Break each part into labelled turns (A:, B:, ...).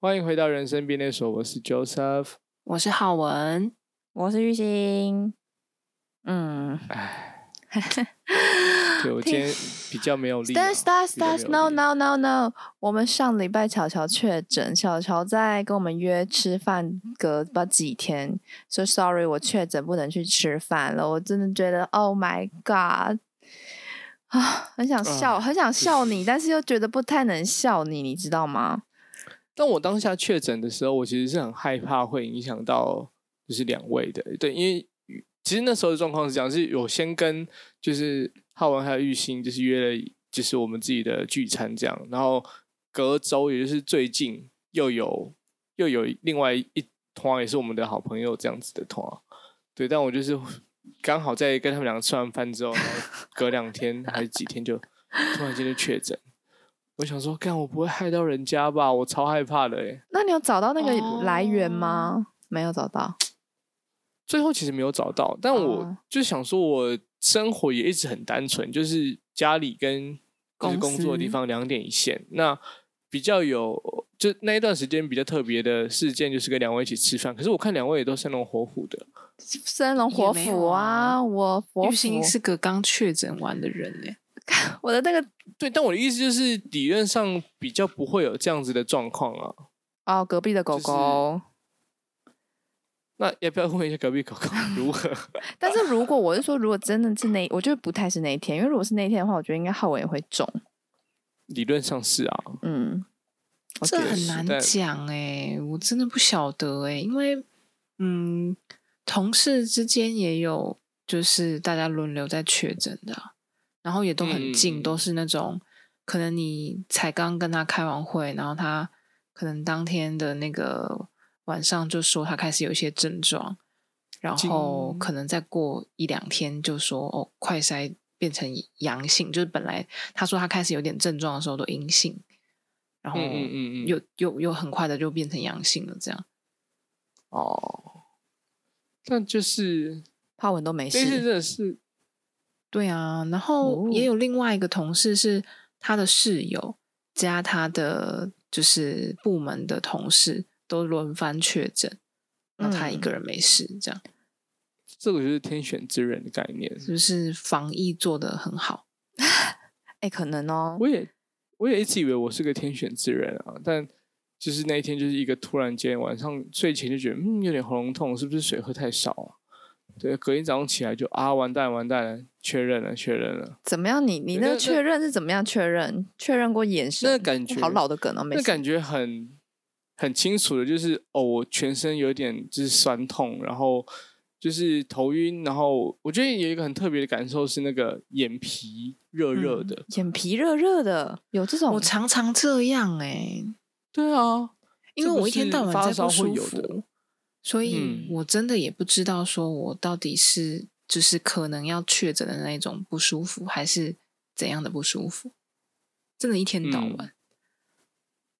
A: 欢迎回到人生便利所，我是 Joseph。
B: 我是浩文，
C: 我是玉兴。嗯，
A: 哎，对我今天比较没有力啊。
C: 但 stop
A: 比较没有
C: stop no
A: 力
C: no no no，我们上礼拜巧巧确诊，巧巧在跟我们约吃饭，隔不知道几天说 sorry 我确诊不能去吃饭了，我真的觉得 oh my god 啊，很想笑，
A: 啊
C: 很想笑你，但是又觉得不太能笑你，你知道吗？
A: 但我当下确诊的时候，我其实是很害怕会影响到就是两位的，对，因为其实那时候的状况是这样，是有先跟就是浩文还有玉兴就是约了，就是我们自己的聚餐这样，然后隔周也就是最近又有又有另外一团也是我们的好朋友这样子的团，对，但我就是刚好在跟他们两个吃完饭之后，然后隔两天还是几天就突然间就确诊。我想说，干我不会害到人家吧？我超害怕的哎、
C: 那你有找到那
B: 哦
C: 个来源吗？没有找到，
A: 最后其实没有找到，但我
B: 嗯
C: 哦
A: 就想说，我生活也一直很单纯，就是家里跟就是
B: 公
A: 工作的地
B: 司
A: 方两点一线。那比较有，就那一段时间比较特别的事件，就是跟两位一起吃饭。可是我看两位也都生龙活虎的，
C: 生龙活
B: 也没有
C: 虎啊，
B: 啊
C: 我活
B: 我
C: 虎，
B: 心是个刚确诊完的人哎、
C: 我的那个
A: 对。但我的意思就是，理论上比较不会有这样子的状况啊。
C: 哦，隔壁的狗
A: 就是
C: 狗。
A: 那要不要问一下隔壁狗 狗如何？
C: 但是如果我是说，如果真的是那，我觉得不太是那一天，因为如果是那一天的话，我觉得应该浩文也会中。
A: 理论上是啊，
C: 嗯，我
B: 这
C: 觉得
B: 很
A: 是
B: 难
A: 但
B: 讲哎、我真的不晓得哎、因为嗯，同事之间也有就是大家轮流在确诊的啊，然后也都很近，
A: 嗯
B: 都是那种可能你才刚跟他开完会，然后他可能当天的那个晚上就说他开始有一些症状，然
A: 经
B: 后可能再过一两天就说哦，快筛变成阳性，就是本来他说他开始有点症状的时候都阴性，然后
A: 嗯嗯嗯嗯
B: 又又又很快的就变成阳性了，这样
A: 哦，但就是
C: 浩文都没
A: 这次真
C: 事。
A: 的是
B: 对啊。然后也
C: 哦
B: 有另外一个同事是他的室友加他的就是部门的同事都轮番确诊，然后他一
C: 嗯
B: 个人没事，这样
A: 这个就是天选之人的概念。
B: 是不是防疫做得很好？
C: 哎、可能哦，
A: 我也我也一直以为我是个天选之人啊，但就是那一天就是一个突然间晚上睡前就觉得嗯有点喉咙痛，是不是水喝太少啊？对，隔天早上起来就啊完蛋完蛋了，确认了确认了，
C: 怎么样你？你
A: 对
C: 那
A: 那
C: 个确
A: 那
C: 认是怎么样确认？确认过眼神？
A: 那感觉
C: 好老的梗哦，没
A: 那
C: 事。
A: 感觉很很清楚的，就是哦我全身有点就是酸痛，然后。就是头晕，然后我觉得有一个很特别的感受是那个眼皮热热
B: 嗯
A: 的，
C: 眼皮热热的，有这种
B: 我常常这样哎、
A: 对啊，
B: 因
A: 这
B: 为
A: 不
B: 我一天
A: 是
B: 到晚
A: 发
B: 在
A: 烧
B: 不
A: 会
B: 舒
A: 有的
B: 服，所以
A: 嗯
B: 我真的也不知道说我到底是就是可能要确诊的那一种不舒服，还是怎样的不舒服。真的，一天到
A: 嗯
B: 晚。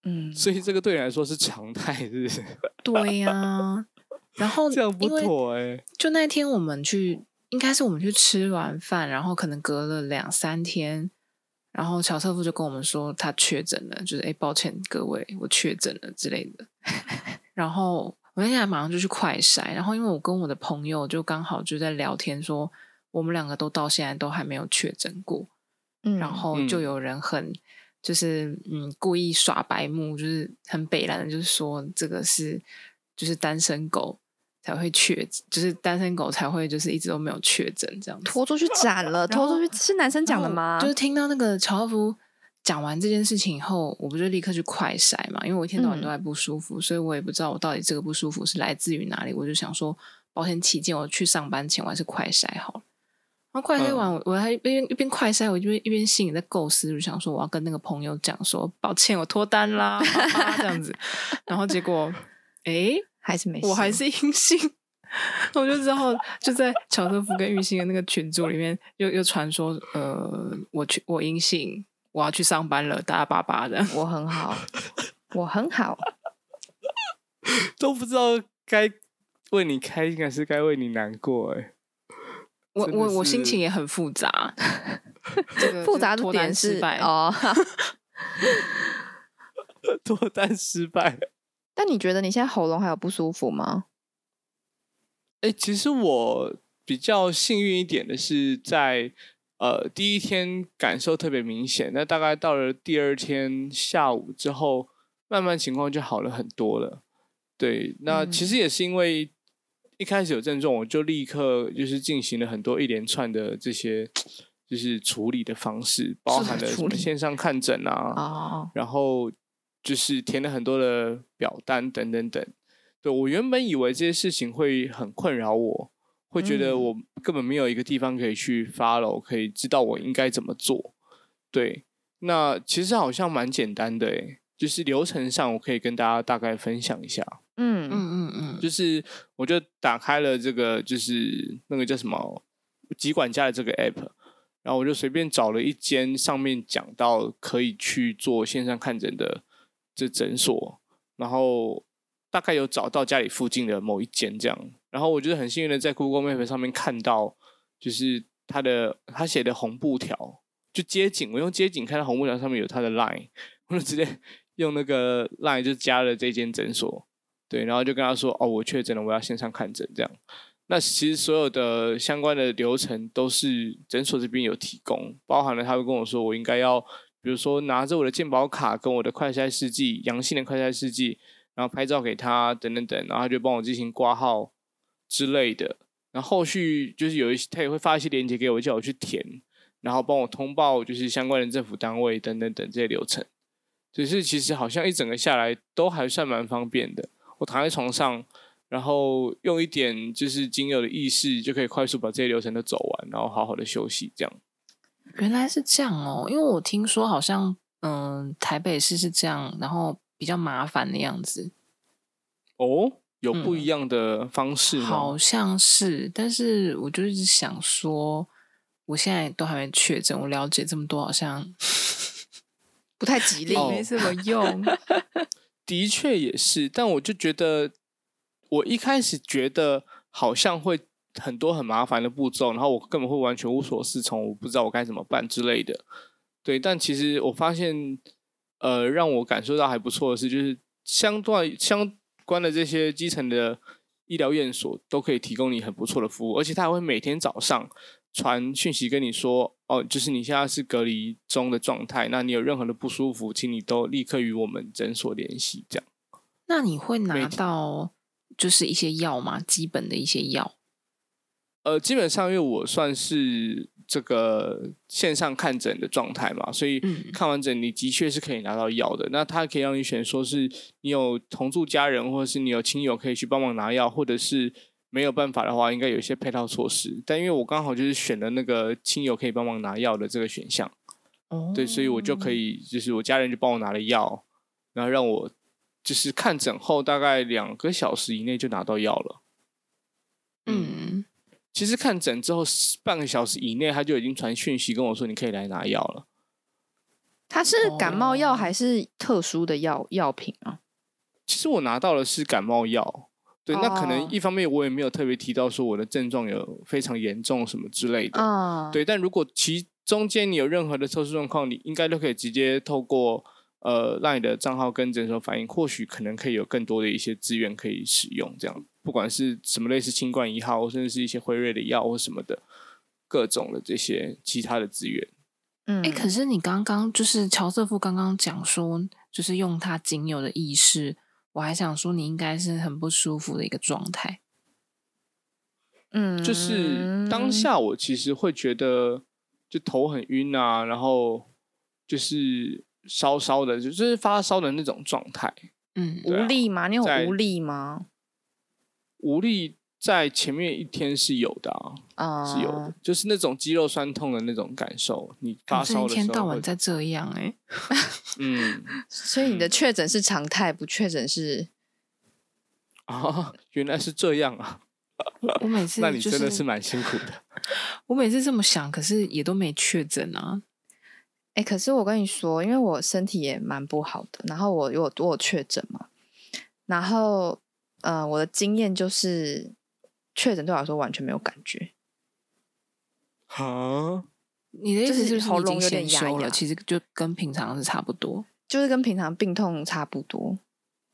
C: 嗯，
A: 所以这个对你来说是常态，是不是？
B: 对呀、 然后
A: 这样不
B: 因为
A: 妥哎、
B: 就那天我们去，应该是我们去吃完饭，然后可能隔了两三天，然后乔瑟夫就跟我们说他确诊了，就是哎、诶抱歉各位，我确诊了之类的。 然后我那天还马上就去快筛，然后因为我跟我的朋友就刚好就在聊天说，我们两个都到现在都还没有确诊过，
C: 嗯
B: 然后就
A: 嗯
B: 有人很。就是嗯，故意耍白目，就是很北蓝的，就是说这个是就是单身狗才会确，就是单身狗才会就是一直都没有确诊这样子。
C: 拖出去斩了，
B: 然
C: 拖
B: 后
C: 出去是男生讲的
B: 然后
C: 吗？
B: 就是听到那个乔道夫讲完这件事情以后，我不就立刻去快筛嘛，因为我一天到
C: 嗯
B: 晚都在不舒服，所以我也不知道我到底这个不舒服是来自于哪里。我就想说，保险起见，我去上班前我还是快筛好了。然后快
C: 嗯
B: 筛完，我我还一边一边快筛，我就一边心里在构思，就想说我要跟那个朋友讲说，抱歉，我脱单啦，哈哈这样子。然后结果，诶，
C: 还是没事？
B: 我还是阴性， 我就只好就在乔瑟夫跟玉兴的那个群组里面又又传说，呃，我去我阴性，我要去上班了，大家巴巴的。
C: 我 很好，我很好。
A: 都不知道该为你开心还是该为你难过 哎、
B: 我
A: 真的
B: 我我
A: 是
B: 心情也很复 杂，这个
C: 复杂
B: 就是哦脱
C: 的点
B: 单
C: 是
B: 失败，
C: 哦，
A: 脱单失败，
C: 但你觉得你现在喉咙还有不舒服吗？
A: 哎、其实我比较幸运一点的是在，呃第一天感受特别明显，那大概到了第二天下午之后，慢慢情况就好了很多了。对，那其实也是因为一开始有症状，我就立刻就是进行了很多一连串的这些就是处理的方式，包含了什
C: 处
A: 么
C: 理
A: 线上看诊啊，
C: 哦，
A: 然后就是填了很多的表单等等等。对我原本以为这些事情会很困扰我，会觉得
C: 嗯
A: 我根本没有一个地方可以去 follow，可以知道我应该怎么做。对，那其实好像蛮简单的诶，就是流程上我可以跟大家大概分享一下。
C: 嗯嗯
B: 嗯嗯嗯，
A: 就是我就打开了这个，就是那个叫什么集管家的这个 app，然后我就随便找了一间上面讲到可以去做线上看诊的这诊所，然后大概有找到家里附近的某一间这样，然后我就是很幸运的在 Google Map 上面看到，就是他的他写的红布条，就街景，我用街景看到红布条上面有他的 line，我就直接用那个 line 就加了这间诊所。对，然后就跟他说：“哦，我确诊了，我要线上看诊。”这样，那其实所有的相关的流程都是诊所这边有提供，包含了他会跟我说，我应该要，比如说拿着我的健保卡跟我的快筛试剂，阳性的快筛试剂，然后拍照给他，等等等，然后他就帮我进行挂号之类的。然后后续就是有一些，他也会发一些链接给我，叫我去填，然后帮我通报就是相关的政府单位等等等这些流程。只是其实好像一整个下来都还算蛮方便的。我躺在床上，然后用一点就是仅有的意识，就可以快速把这些流程都走完，然后好好的休息。这样，
B: 原来是这样哦，因为我听说好像嗯台北市是这样，然后比较麻烦的样子，
A: 哦，有不
B: 嗯
A: 一样的方式吗？
B: 好像是，但是我就一直想说，我现在都还没确诊，我了解这么多好像不太吉利
A: 哦
C: 没什 么用。
A: 的确也是，但我就觉得，我一开始觉得好像会很多很麻烦的步骤，然后我根本会完全无所适从，我不知道我该怎么办之类的。对，但其实我发现，呃，让我感受到还不错的是，就是相对相关的这些基层的医疗院所都可以提供你很不错的服务，而且它还会每天早上传讯息跟你说，哦，就是你现在是隔离中的状态，那你有任何的不舒服，请你都立刻与我们诊所联系。这样，
B: 那你会拿
A: 没
B: 到就是一些药吗？基本的一些药
A: 呃，基本上因为我算是这个线上看诊的状态嘛，所以
B: 嗯
A: 看完诊你的确是可以拿到药的。那它可以让你选，说是你有同住家人，或者是你有亲友可以去帮忙拿药，或者是没有办法的话，应该有一些配套措施。但因为我刚好就是选了那个亲友可以帮忙拿药的这个选项。
B: 哦
A: 对，所以我就可
B: 以
A: 以，就是我家人就帮我拿了药，然后让我就是看诊后大概两个小时以内就拿到药了。
B: 嗯
A: 其实看诊之后十半个小时以内，他就已经传讯息跟我说你可以来拿药了。
C: 它是感冒药
B: 哦
C: 还是特殊的药药品啊？
A: 其实我拿到的是感冒药，对，那可
C: 哦
A: 能一方面我也没有特别提到说我的症状有非常严重什么之类的，
C: 啊，
A: 对，但如果其中间你有任何的特殊状况，你应该都可以直接透过呃让你的账号跟诊所反映，或许可能可以有更多的一些资源可以使用。这样，不管是什么类似新冠一号，甚至是一些辉瑞的药或什么的，各种的这些其他的资源。
C: 嗯，
B: 哎、可是你刚刚就是乔瑟夫刚刚讲说，就是用他仅有的意识，我还想说你应该是很不舒服的一个状态。
C: 嗯，
A: 就是当下我其实会觉得就头很晕啊，然后就是烧烧的，就是发烧的那种状态。
B: 嗯
C: 无
A: 对啊
C: 力吗？你有
A: 在
C: 无力吗？
A: 无力在前面一天是有的啊，
C: 啊，
A: 是有
B: 哦
A: 的，就是那种肌肉酸痛的那种感受。你发
B: 可是
A: 烧
B: 哦
A: 的
B: 一
A: 时
B: 天到
A: 候会，
B: 晚在这样哎、
A: 嗯
C: 所以你的确诊是常态，不确诊是
A: 啊，原来是这样啊，
B: 我每次
A: 那你
B: 就
A: 真的是蛮辛苦 的。
B: 我每次这么想，可是也都没确诊啊。
C: 哎、可是我跟你说，因为我身体也蛮不好的，然后我我我有确诊嘛，然后呃，我的经验就是确诊对我来说完全没有感觉，
A: 啊，
B: 你的意
C: 就
B: 思
C: 是
B: 是不
C: 喉
B: 已
C: 咙
B: 经
C: 有点
B: 先
C: 哑
B: 修了？
C: 哑
B: 其实就跟平常是差不多。
C: 就是跟平常病痛差不多。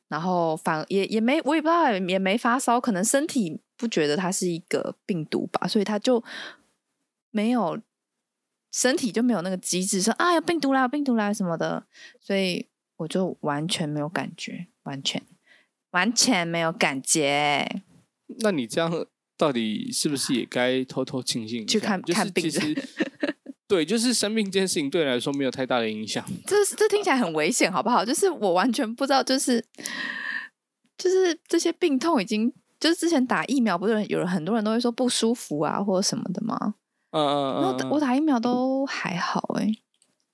C: 然后反也也没我也不知道也没发烧，可能身体不觉得它是一个病毒吧，所以它就没有身体就没有那个机制说啊有病毒啦有病毒啦什么的，所以我就完全没有感觉，完全完全没有感觉。
A: 那你这样到底是不是也该偷偷庆幸一下
C: 去看
A: 就是
C: 看病
A: 其实对，就是生病这件事情对你来说没有太大的影响。
C: 这这听起来很危险，好不好？就是我完全不知道，就是就是这些病痛已经就是之前打疫苗，不是有人很多人都会说不舒服啊或者什么的吗？
A: 嗯嗯
C: 那
A: 嗯，
C: 我打疫苗都还好哎、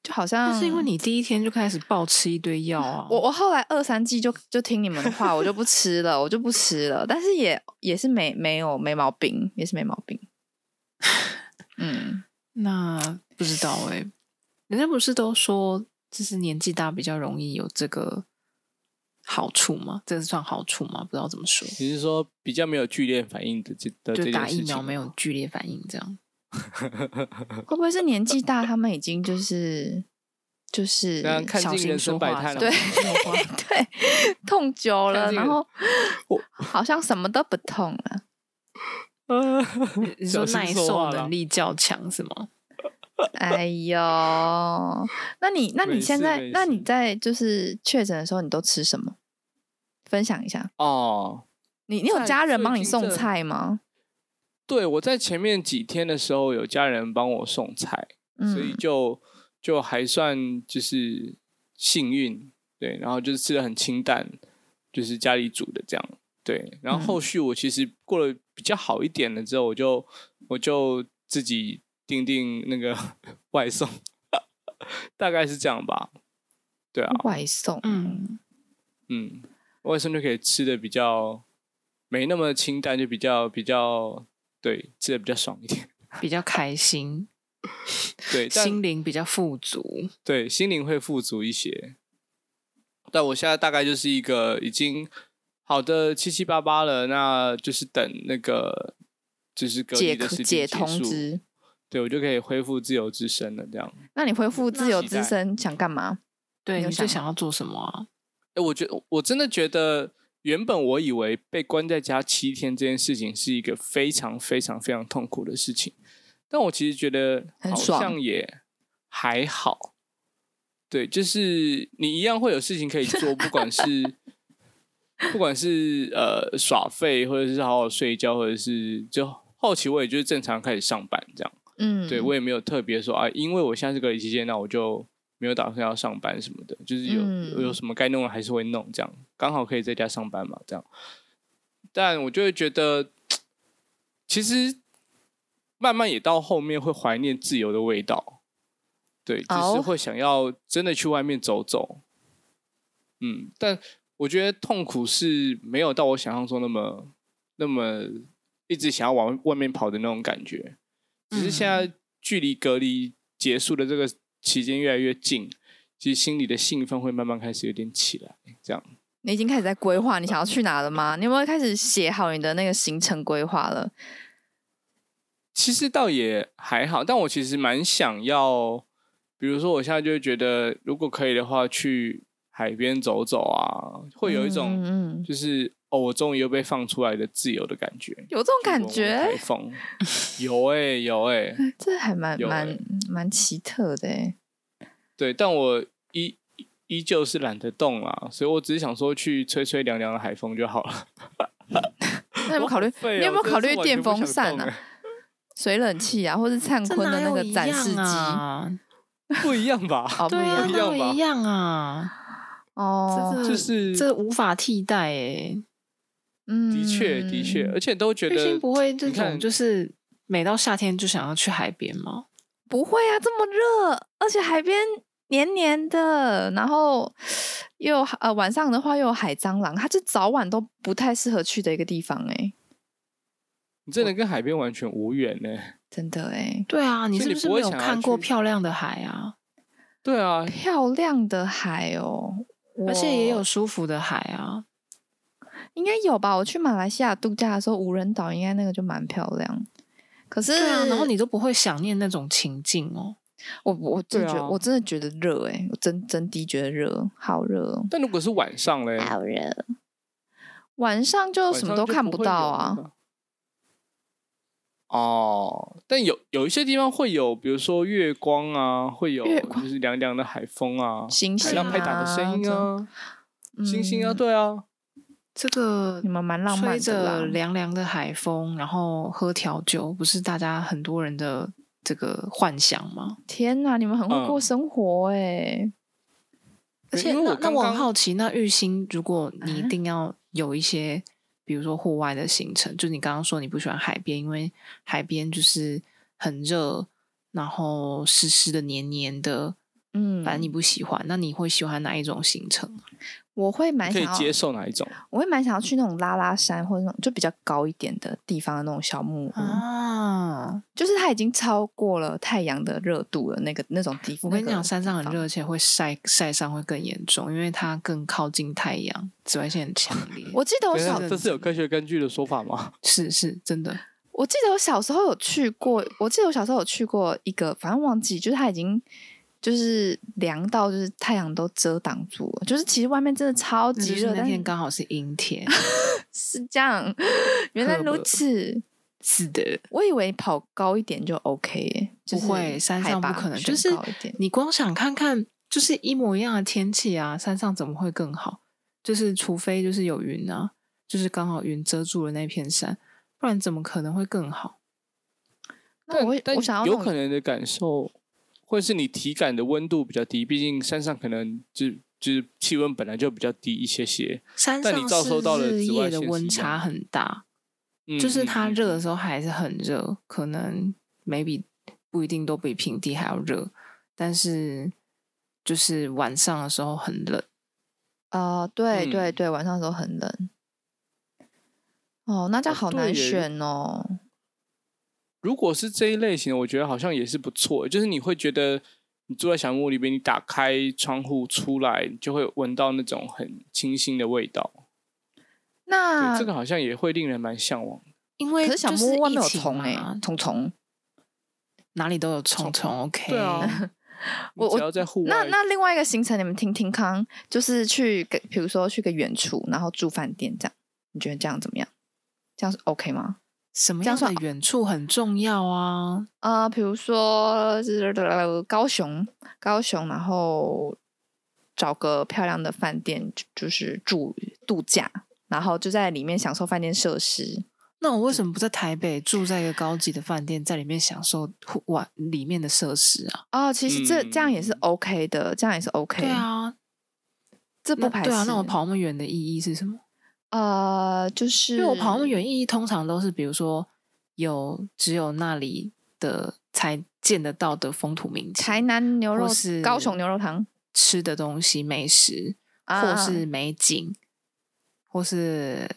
C: 就好像
B: 那是因为你第一天就开始暴吃一堆药啊。
C: 我我后来二三季就就听你们的话，我就不吃了，我就不吃了，但是也也是没没有没毛病，也是没毛病。嗯，
B: 那不知道哎、人家不是都说，就是年纪大比较容易有这个好处吗？这个算好处吗？不知道怎么说，
A: 你是说比较没有剧烈反应的这的呃这
B: 就打
A: 件
B: 疫
A: 事
B: 苗
A: 情？啊
B: 没有剧烈反应这样。
C: 会不会是年纪大，他们已经就是就是
A: 那看
B: 小
A: 尽
B: 心
A: 人
B: 说
A: 生百
B: 话
A: 态了，
C: 对对，痛久了，
A: 看这个
C: 然后
A: 我
C: 好像什么都不痛 了。
A: 对
B: 你说耐受能力较强是 吗？
C: 哎呦，那你那
A: 没
C: 你
A: 事
C: 现在
A: 没，
C: 那你
A: 事
C: 在就是确诊的时候，你都吃什么？分享一下。
A: 哦。
C: 你你有
A: 在
C: 家人
A: 最
C: 帮你
A: 近
C: 送
A: 这
C: 菜吗？
A: 对，我在前面几天的时候，有家人帮我送菜，所以
C: 嗯，
A: 就就还算就是幸运，对，然后就是吃的很清淡，就是家里煮的这样，对。然后后续我其实过得比较好一点了之后，我就我就自己订订那个 外送，大概是这样吧，对啊，
C: 外送。哦
B: 嗯，
A: 嗯，外送就可以吃的比较没那么清淡，就比较比较对，吃的比较爽一点。
B: 比较开心，
A: 对，但
B: 心灵比较富足。
A: 对心灵会富足一些。但我现在大概就是一个已经好的七七八八了，那就是等那个就是隔离
C: 解
A: 的时间结
C: 解通
A: 束
C: 知，
A: 对我就可以恢复自由之身了。这样，
C: 那你恢复自由
A: 期
C: 之
A: 待
C: 身想干嘛？
B: 对，
C: 你有
B: 你最
C: 想
B: 想要做什么啊？
A: 哎，我觉我真的觉得，原本我以为被关在家七天这件事情是一个非常非常非常痛苦的事情，但我其实觉得
C: 很
A: 好
C: 爽
A: 像也还好。对，就是你一样会有事情可以做，不管是不管是呃耍废，或者是好好睡觉，或者是就后期我也就是正常开始上班这样。
C: 嗯，
A: 对我也没有特别说啊，因为我现在是隔离期间，那我就没有打算要上班什么的，就是有、
C: 嗯
A: 有什么该弄的还是会弄，这样刚好可以在家上班嘛，这样。但我就会觉得，其实慢慢也到后面会怀念自由的味道，对，就是
C: 哦
A: 会想要真的去外面走走。嗯，但我觉得痛苦是没有到我想象中那么那么一直想要往外面跑的那种感觉。只是现
C: 嗯
A: 在距离隔离结束的这个期间越来越近，其实心里的兴奋会慢慢开始有点起来。这样，
C: 你已经开始在规划你想要去哪了吗？你有没有开始写好你的那个行程规划了？
A: 其实倒也还好，但我其实蛮想要，比如说我现在就会觉得，如果可以的话，去海边走走啊，会有一种
C: 嗯嗯嗯
A: 就是、哦，我终于又被放出来的自由的感觉。
C: 有这种感
A: 我
C: 觉
A: 台，风有哎、有哎、
C: 这还蛮
A: 有
C: 蛮
A: 欸
C: 蛮奇特的欸。
A: 对，但我依依依旧是懒得动啦，所以我只是想说去吹吹凉凉的海风就好了。
C: 那有没有考虑？
A: 对
C: 你有没有考虑电风扇
A: 呢、
C: 啊、水冷气啊，或是灿
B: 这
C: 坤的
B: 哪
C: 那
B: 有
C: 个
B: 一
C: 展
B: 样
C: 示机？
B: 啊，
A: 不一样 吧？
C: 哦，不一
B: 对啊，
C: 样
A: 不一样吧
B: 那一样啊，
C: 哦，
B: 这
A: 就是
B: 这无法替代哎。
C: 嗯，
A: 的确的确，而且都觉
B: 瑞
A: 得
B: 星不会这
A: 你看
B: 种就是每到夏天就想要去海边吗？
C: 不会啊，这么热，而且海边黏黏的，然后又有呃晚上的话又有海蟑螂，它这早晚都不太适合去的一个地方哎、
A: 你真的跟海边完全无缘呢、
C: 真的哎、
B: 对啊，你
A: 所
B: 是
A: 以
B: 不
A: 你
B: 是
A: 不会
B: 没有
A: 想要
B: 看过
A: 去
B: 漂亮的海啊？
A: 对啊，
C: 漂亮的海哦，
B: 而且也
C: 我
B: 有舒服的海啊。
C: 应该有吧？我去马来西亚度假的时候，无人岛应该那个就蛮漂亮，可是啊
B: 对啊，然后你都不会想念那种情境哦。
C: 我我真的觉
A: 对
C: 得、
A: 啊
C: 我真的觉得热哎、我真真的觉得热，好热哦，
A: 但如果是晚上嘞，
C: 好热。晚上就
A: 晚
C: 什
A: 上
C: 么 都
A: 就
C: 看
A: 不
C: 不
A: 会
C: 到
A: 有
C: 啊
A: 那，个。哦，但有有一些地方会有，比如说月光啊，会有
C: 月光
A: 就是凉凉的海风啊，
C: 星
A: 海
C: 星
A: 浪拍打的声音
C: 啊
A: 啊，星星啊，
C: 嗯
A: 对啊，
B: 这个
C: 你们蛮浪
B: 吹
C: 漫
B: 着
C: 的啦。
B: 凉凉的海风，然后喝调酒，不是大家很多人的这个幻想吗？
C: 天哪，你们很会
A: 嗯
C: 过生活哎、
B: 而且
A: 因为
B: 那
A: 我
B: 那
A: 刚
B: 我很
A: 刚
B: 好奇，那玉兴，如果你一
C: 啊
B: 定要有一些，比如说户外的行程，就你刚刚说你不喜欢海边，因为海边就是很热，然后湿湿的、黏黏的，
C: 嗯，
B: 反正你不喜欢。那你会喜欢哪一种行程？
C: 我会蛮
A: 你可
C: 想
A: 以
C: 要
A: 接受哪一种？
C: 我会蛮想要去那种拉拉山或者那种就比较高一点的地方的那种小木屋，
B: 啊，
C: 就是它已经超过了太阳的热度了，那个那种地
B: 我
C: 方。
B: 跟你
C: 那个
B: 讲，山上很
C: 地
B: 热，
C: 方，
B: 而且会晒晒伤会更严重，因为它更靠近太阳，紫外线很强烈。
C: 我记得我
A: 等一
C: 小
A: 下啊这是有科学根据的说法吗？
B: 是是真的，
C: 我记得我小时候有去过，我记得我小时候有去过一个，反正忘记，就是它已经就是凉到就是太阳都遮挡住了，就是其实外面真的超
B: 那
C: 级
B: 就是
C: 热，
B: 那
C: 但
B: 天
C: 是
B: 刚好是阴天，
C: 是这样，原来如此。
B: 是的。
C: 我以为跑高一点就 OK，耶、就是
B: 不会，山
C: 海
B: 上不
C: 拔
B: 可能，就
C: 选
B: 是
C: 高一点
B: 你光想看看，就是一模一样的天气啊，山上怎么会更好？就是除非就是有云啊，就是刚好云遮住了那片山，不然怎么可能会更好？
C: 那我会
A: 但
C: 我想要那
A: 有
C: 种
A: 可能的感受，或是你体感的温度比较低，毕竟山上可能就就是气温本来就比较低一些些，
B: 山
A: 但你
B: 上
A: 遭受到的
B: 是日
A: 紫外
B: 夜的
A: 线是
B: 温
A: 一
B: 差
A: 样的
B: 很大，
A: 嗯
B: 就是
A: 嗯
B: 它
A: 嗯
B: 热的时候还是很热，可能 maybe 不一定都比平地还要热，但是就是晚上的时候很冷。
C: 啊、对对
A: 嗯
C: 对，晚上的时候很冷。哦，那这样
A: 哦
C: 好
A: 对
C: 难
A: 耶
C: 选哦。
A: 如果是这一类型的，我觉得好像也是不错。就是你会觉得你住在小木屋里边，你打开窗户出来，你就会闻到那种很清新的味道。
C: 那
A: 对，这个好像也会令人蛮向往。
B: 因为
C: 可是小
B: 就
C: 木屋外面
B: 疫
C: 有
B: 情
C: 虫哎、
B: 嘛
C: 虫虫。
B: 哪里都有虫虫，OK。
A: 对 啊，
C: 我
A: 你只要在户外，
C: 那那另外一个行程，你们听听康，就是去个，比如说去个远处，然后住饭店这样，你觉得这样怎么样？这样是 OK 吗？
B: 什么
C: 这
B: 样
C: 样
B: 的
C: 算
B: 远处很重要啊？
C: 呃，比如说是高雄，高雄，然后找个漂亮的饭店，就就是住度假，然后就在里面享受饭店设施。
B: 那我为什么不在台北住在一个高级的饭店，在里面享受户外里面的设施啊？
C: 哦，其实这、这样也是
A: 嗯
C: OK 的，这样也是 OK。
B: 对，啊，
C: 这不
B: 那
C: 排斥。
B: 对啊，那我跑那么远的意义是什么？
C: 呃，就是
B: 因为我跑那么，远，意义通常都是比如说有只有那里的才见得到的风土民情，
C: 台南牛肉
B: 或是
C: 高雄牛肉汤，
B: 吃的东西、美食，
C: 啊
B: 或是美景，或是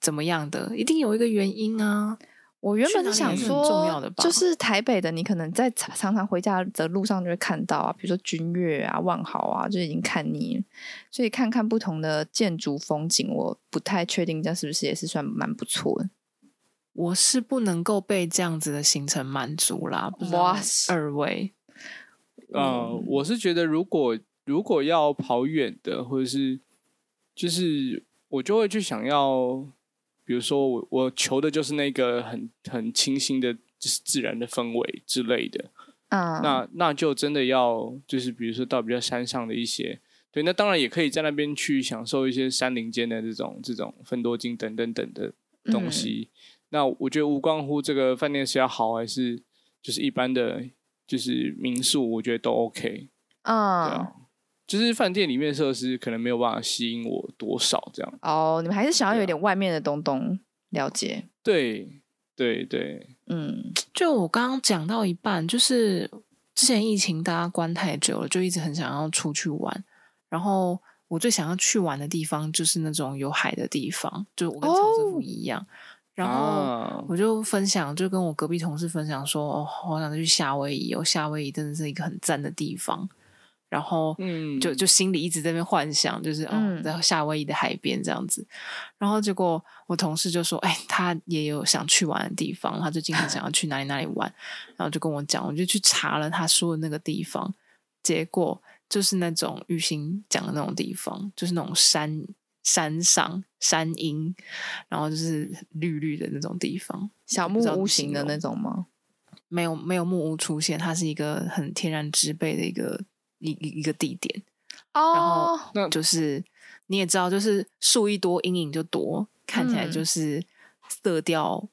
B: 怎么样的，一定有一个原因啊。
C: 我原本是
B: 去
A: 哪
C: 想
A: 里
C: 说，
B: 很重要的吧
C: 就是台北的，你可能在常常回家的路上就会看到啊，比如说君悦啊、万豪啊，就已经看腻了。所以看看不同的建筑风景，我不太确定这是不是也是算蛮不错的。
B: 我是不能够被这样子的行程满足啦，不知道哎
C: 哇塞
B: 二位
A: 呃，我是觉得如果如果要跑远的，或者是就是我就会去想要，比如说我我求的就是那个很很清新的，就是自然的氛围之类的。
C: 嗯，
A: 那那就真的要就是比如说到比较山上的一些，对，那当然也可以在那边去享受一些山林间的这种这种分多金等等等的
C: 嗯
A: 东西。那我觉得无关乎这个饭店是要好还是就是一般的，就是民宿，我觉得都 OK。对
C: 嗯，
A: 啊，就是饭店里面设施可能没有办法吸引我多少这样。
C: 哦，你们还是想要
A: 对
C: 有
A: 啊
C: 点外面的东东，了解。
A: 对对对，
C: 嗯，
B: 就我刚刚讲到一半，就是之前疫情大家关太久了，就一直很想要出去玩。然后我最想要去玩的地方就是那种有海的地方，就我跟曹师傅
C: 哦
B: 一样。然后
A: 啊、
B: 我就分享，就跟我隔壁同事分享说，哦，好想去夏威夷哦，夏威夷真的是一个很赞的地方。然后
A: 嗯
B: 就就心里一直在那边幻想，就是哦
C: 嗯，
B: 在夏威夷的海边这样子。然后结果我同事就说，哎，他也有想去玩的地方，他最近很想要去哪里哪里玩，然后就跟我讲，我就去查了他说的那个地方，结果就是那种玉兴讲的那种地方，就是那种山山上山阴，然后就是绿绿的那种地方。
C: 小木屋型的那种吗？
B: 没有没有木屋出现，它是一个很天然植被的一个一一一个地点，然后
C: 哦，
A: 那
B: 就是你也知道，就是树一多，阴影就多，看起来
C: 嗯
B: 就是色调，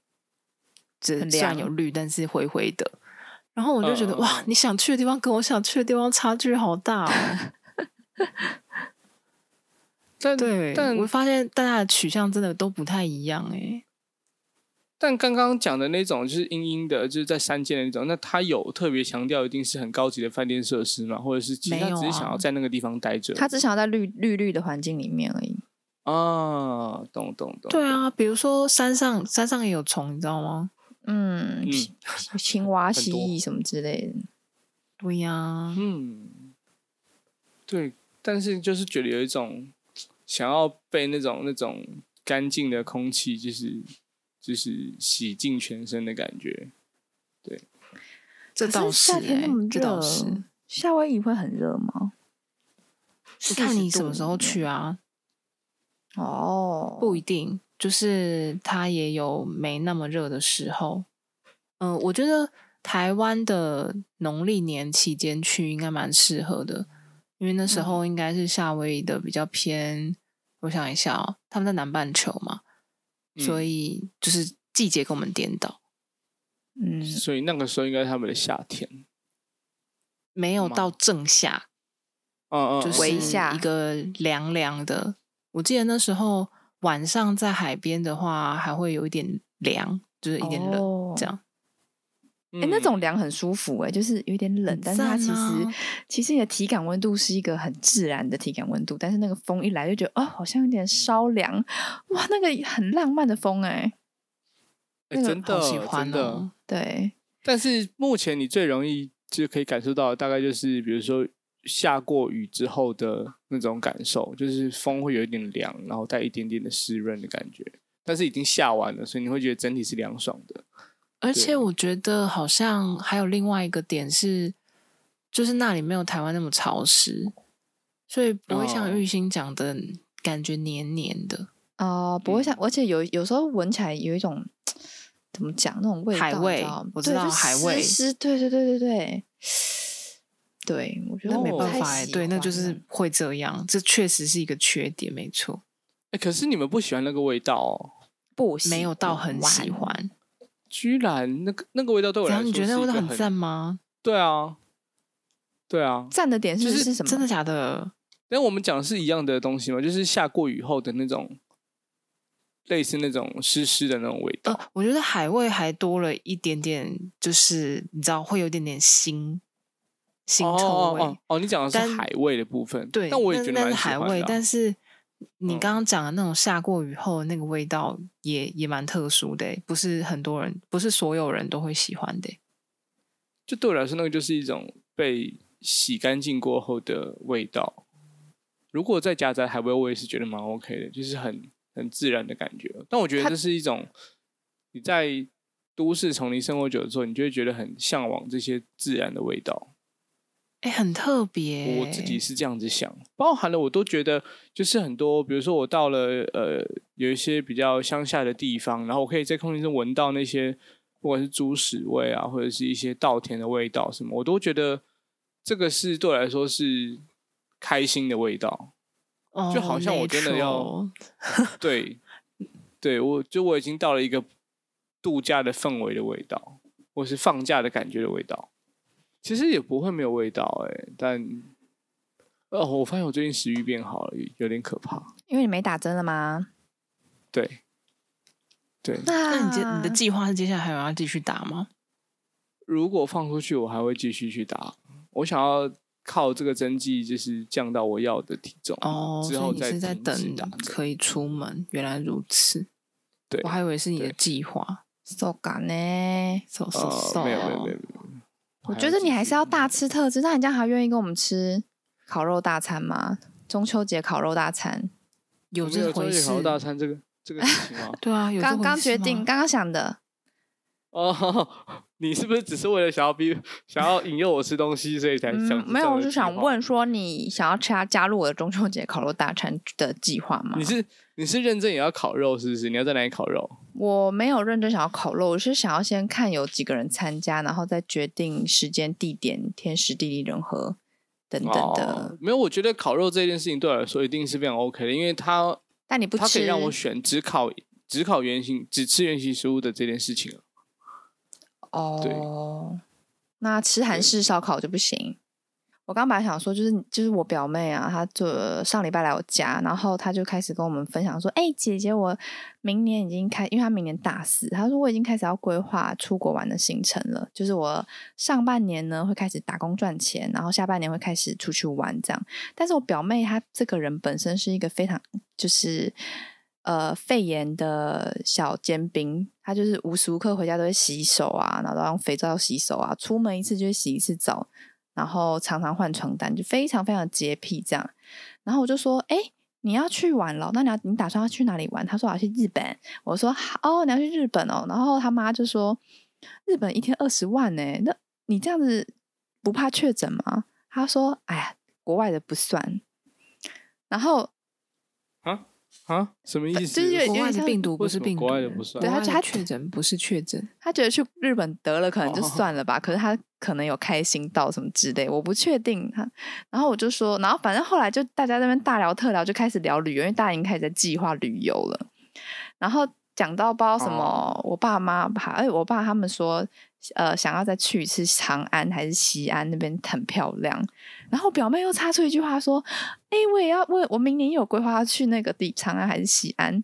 B: 这
C: 很
B: 虽然
C: 亮
B: 有绿，但是灰灰的。然后我就觉得、
A: 嗯嗯
B: 哇
A: 嗯，
B: 你想去的地方跟我想去的地方差距好大哦。
A: 但
B: 对，
A: 但
B: 我发现大家的取向真的都不太一样哎、
A: 但刚刚讲的那种就是阴阴的，就是在山间的那种，那他有特别强调一定是很高级的饭店设施吗？或者是其实
B: 没
A: 他
B: 有
A: 只是想
B: 啊
A: 要在那个地方待着？
C: 他只想要在绿绿绿的环境里面而已。
A: 啊，懂懂懂。
B: 对啊，比如说山上山上也有虫，你知道吗？
C: 嗯，
A: 嗯
C: 青青蛙、
A: 多
C: 蜥蜴什么之类的。
B: 对呀、
A: 嗯，对，但是就是觉得有一种想要被那种那种干净的空气，就是就是洗净全身的感觉。
B: 这
C: 可
B: 倒
C: 是夏天
B: 欸
C: 那么
B: 这
C: 热
B: 倒是。，
C: 夏威夷会很热吗？
B: 你看你什么
C: 40
B: 时候
C: 度里面
B: 去啊？
C: 哦，
B: 不一定，就是它也有没那么热的时候。嗯、我觉得台湾的农历年期间去应该蛮适合的，因为那
C: 嗯
B: 时候应该是夏威夷的比较偏，我想一下哦，他们在南半球嘛，
A: 嗯
B: 所以就是季节跟我们颠倒，
C: 嗯，
A: 所以那个时候应该是他们的夏天。
B: 没有
A: 吗
B: 到正夏，
A: 嗯嗯，
B: 就
A: 嗯
B: 是
C: 微下
B: 一个凉凉的。我记得那时候晚上在海边的话，还会有一点凉，就是一点冷，
C: 哦
B: 这样。嗯
A: 嗯
C: 哎、那种凉很舒服哎、就是有点冷，但是它其实、
B: 很赞啊
C: 其实你的体感温度是一个很自然的体感温度，但是那个风一来就觉得哦，好像有点稍凉，哇，那个很浪漫的风哎、
A: 哎
C: 那个
A: 真
B: 好
A: 的
B: 喜欢
A: 真的
B: 哦。
C: 对，
A: 但是目前你最容易就可以感受到，的大概就是比如说下过雨之后的那种感受，就是风会有一点凉，然后带一点点的湿润的感觉。但是已经下完了，所以你会觉得整体是凉爽的。
B: 而
A: 对
B: 且我觉得好像还有另外一个点是，就是那里没有台湾那么潮湿，所以不会像
A: 哦
B: 玉兴讲的感觉黏黏的。
C: 哦、不会像，
A: 嗯
C: 而且有有时候闻起来有一种怎么讲那种味道，
B: 海味
C: 你知道吗
B: 我知
C: 对
B: 道
C: 就
B: 海味
C: 湿湿，对对对对对，对我觉得
B: 那
C: 我
B: 没
C: 不
B: 办
C: 太
B: 法哎、
C: 喜
B: 对，那就
C: 欢啊
B: 是会这样，这确实是一个缺点，没错，
A: 哎，可是你们不喜欢那个味道哦，
C: 不
B: 没有到很喜
C: 欢。
B: 欢。
A: 居然那个那个味道对我
B: 怎
A: 来说
B: 样？
A: 是
B: 你觉得那
A: 一
B: 味
A: 个
B: 道
A: 很
B: 很赞？吗？
A: 对啊，对啊。
C: 赞的点是、
A: 就是
C: 是什么？
B: 真的假的？
A: 但我们讲的是一样的东西嘛，就是下过雨后的那种，类似那种湿湿的那种味道。
B: 呃，我觉得海味还多了一点点，就是你知道会有点点腥腥臭
A: 哦哦
B: 味，
A: 哦哦，你讲的
B: 但
A: 是海味的部分，
B: 对，
A: 但我也
B: 那
A: 觉得
B: 那
A: 蛮
B: 是
A: 喜
B: 海
A: 欢的啊、
B: 味，但是你
A: 嗯
B: 刚刚讲的那种下过雨后的那个味道也也蛮特殊的欸，不是很多人，不是所有人都会喜欢的欸。
A: 就对我来说，那个就是一种被洗干净过后的味道。如果再夹杂海味，我也是觉得蛮 OK 的，就是很很自然的感觉。但我觉得
C: 它
A: 这是一种你在都市丛林生活久了之后，你就会觉得很向往这些自然的味道。
B: 哎，很特别欸。
A: 我自己是这样子想，包含了我都觉得，就是很多，比如说我到了呃有一些比较乡下的地方，然后我可以在空气中闻到那些不管是猪屎味啊，或者是一些稻田的味道什么，我都觉得这个是对我来说是开心的味道。就好像我真的要
B: 欸哦，nature
A: 对，对我就我已经到了一个度假的氛围的味道，或是放假的感觉的味道。其实也不会没有味道哎、但哦，我发现我最近食欲变好了，有点可怕。
C: 因为你没打针了吗？
A: 对，对。
C: 那
B: 那你
C: 啊
B: 接你的计划是接下来还有要继续打吗？
A: 如果放出去，我还会继续去打。我想要靠这个针剂，就是降到我要的体重。
B: 哦，
A: 之
B: 所
A: 后
B: 以你
A: 再
B: 是在
A: 停止
B: 等
A: 打针
B: 可以出门，原来如此。
A: 对
B: 我还以为是你的
A: 对
B: 计划。
C: 手感呢？
B: so
A: 呃
B: so so，
A: 没有没有没有，没有
B: 嗯
C: 我觉得你还是要大
A: 继续
C: 吃特吃，那你这样还愿意跟我们吃？烤肉大餐吗？中秋节烤肉大餐，
B: 有
A: 没
B: 这
A: 有中
B: 回
A: 介
B: 事？
A: 烤？肉大餐这个这个事情吗
B: 对啊，有这
C: 刚
B: 回
C: 刚
B: 事
C: 决
B: 吗
C: 定，刚刚想的，
A: 哦， 你是不是只是为了想要逼、想要引诱我吃东西，所以才想、
C: 嗯，没有，我是想，问说，你想要加加入我的中秋节烤肉大餐的计划吗？
A: 你是你是认真也要烤肉是不是？你要在哪里烤肉？
C: 我没有认真想要烤肉，我是想要先看有几个人参加，然后再决定时间、地点、天时、地利、人和等等的。
A: 哦，没有，我觉得烤肉这件事情对我来说一定是非常 OK 的，因为它
C: 但你不
A: 它可以
C: 吃，
A: 让我选只烤只烤原形只吃原形食物的这件事情啊。
C: 哦，那吃韩式烧烤就不行。我刚本来想说，就是就是我表妹啊，她就上礼拜来我家，然后她就开始跟我们分享说：“哎、姐姐，我明年已经开，因为她明年大四，她说我已经开始要规划出国玩的行程了。就是我上半年呢会开始打工赚钱，然后下半年会开始出去玩这样。但是我表妹她这个人本身是一个非常就是呃肺炎的小尖兵，她就是无时无刻回家都会洗手啊，然后都要用肥皂洗手啊，出门一次就会洗一次澡，然后常常换床单，就非常非常洁癖这样。然后我就说，哎、你要去玩了？那你要你打算要去哪里玩？她说我要去日本。我说好哦，你要去日本哦。然后他妈就说，日本一天二十万呢、那你这样子不怕确诊吗？他说，哎呀，国外的不算。然后
A: 啊，什么意思？
C: 呃就是有点
B: 国外的
C: 像
B: 病毒不
A: 为
B: 是
A: 什么
B: 病毒，
A: 国外的不算
C: 对
B: 国
C: 他
B: 外
C: 就
B: 的
C: 他
B: 确诊不是确诊，
C: 他觉得去日本得了可能就
A: 哦
C: 算了吧，可是他可能有开心到什么之类，我不确定他。然后我就说，然后反正后来就大家在那边大聊特聊，就开始聊旅游，因为大家已经开始在计划旅游了。然后讲到不知道什么，我爸妈吧，哎，我爸他们说，呃，想要再去一次长安还是西安那边很漂亮。然后我表妹又插出一句话说：“哎，我也要，我我明年也有规划要去那个地，长安还是西安。”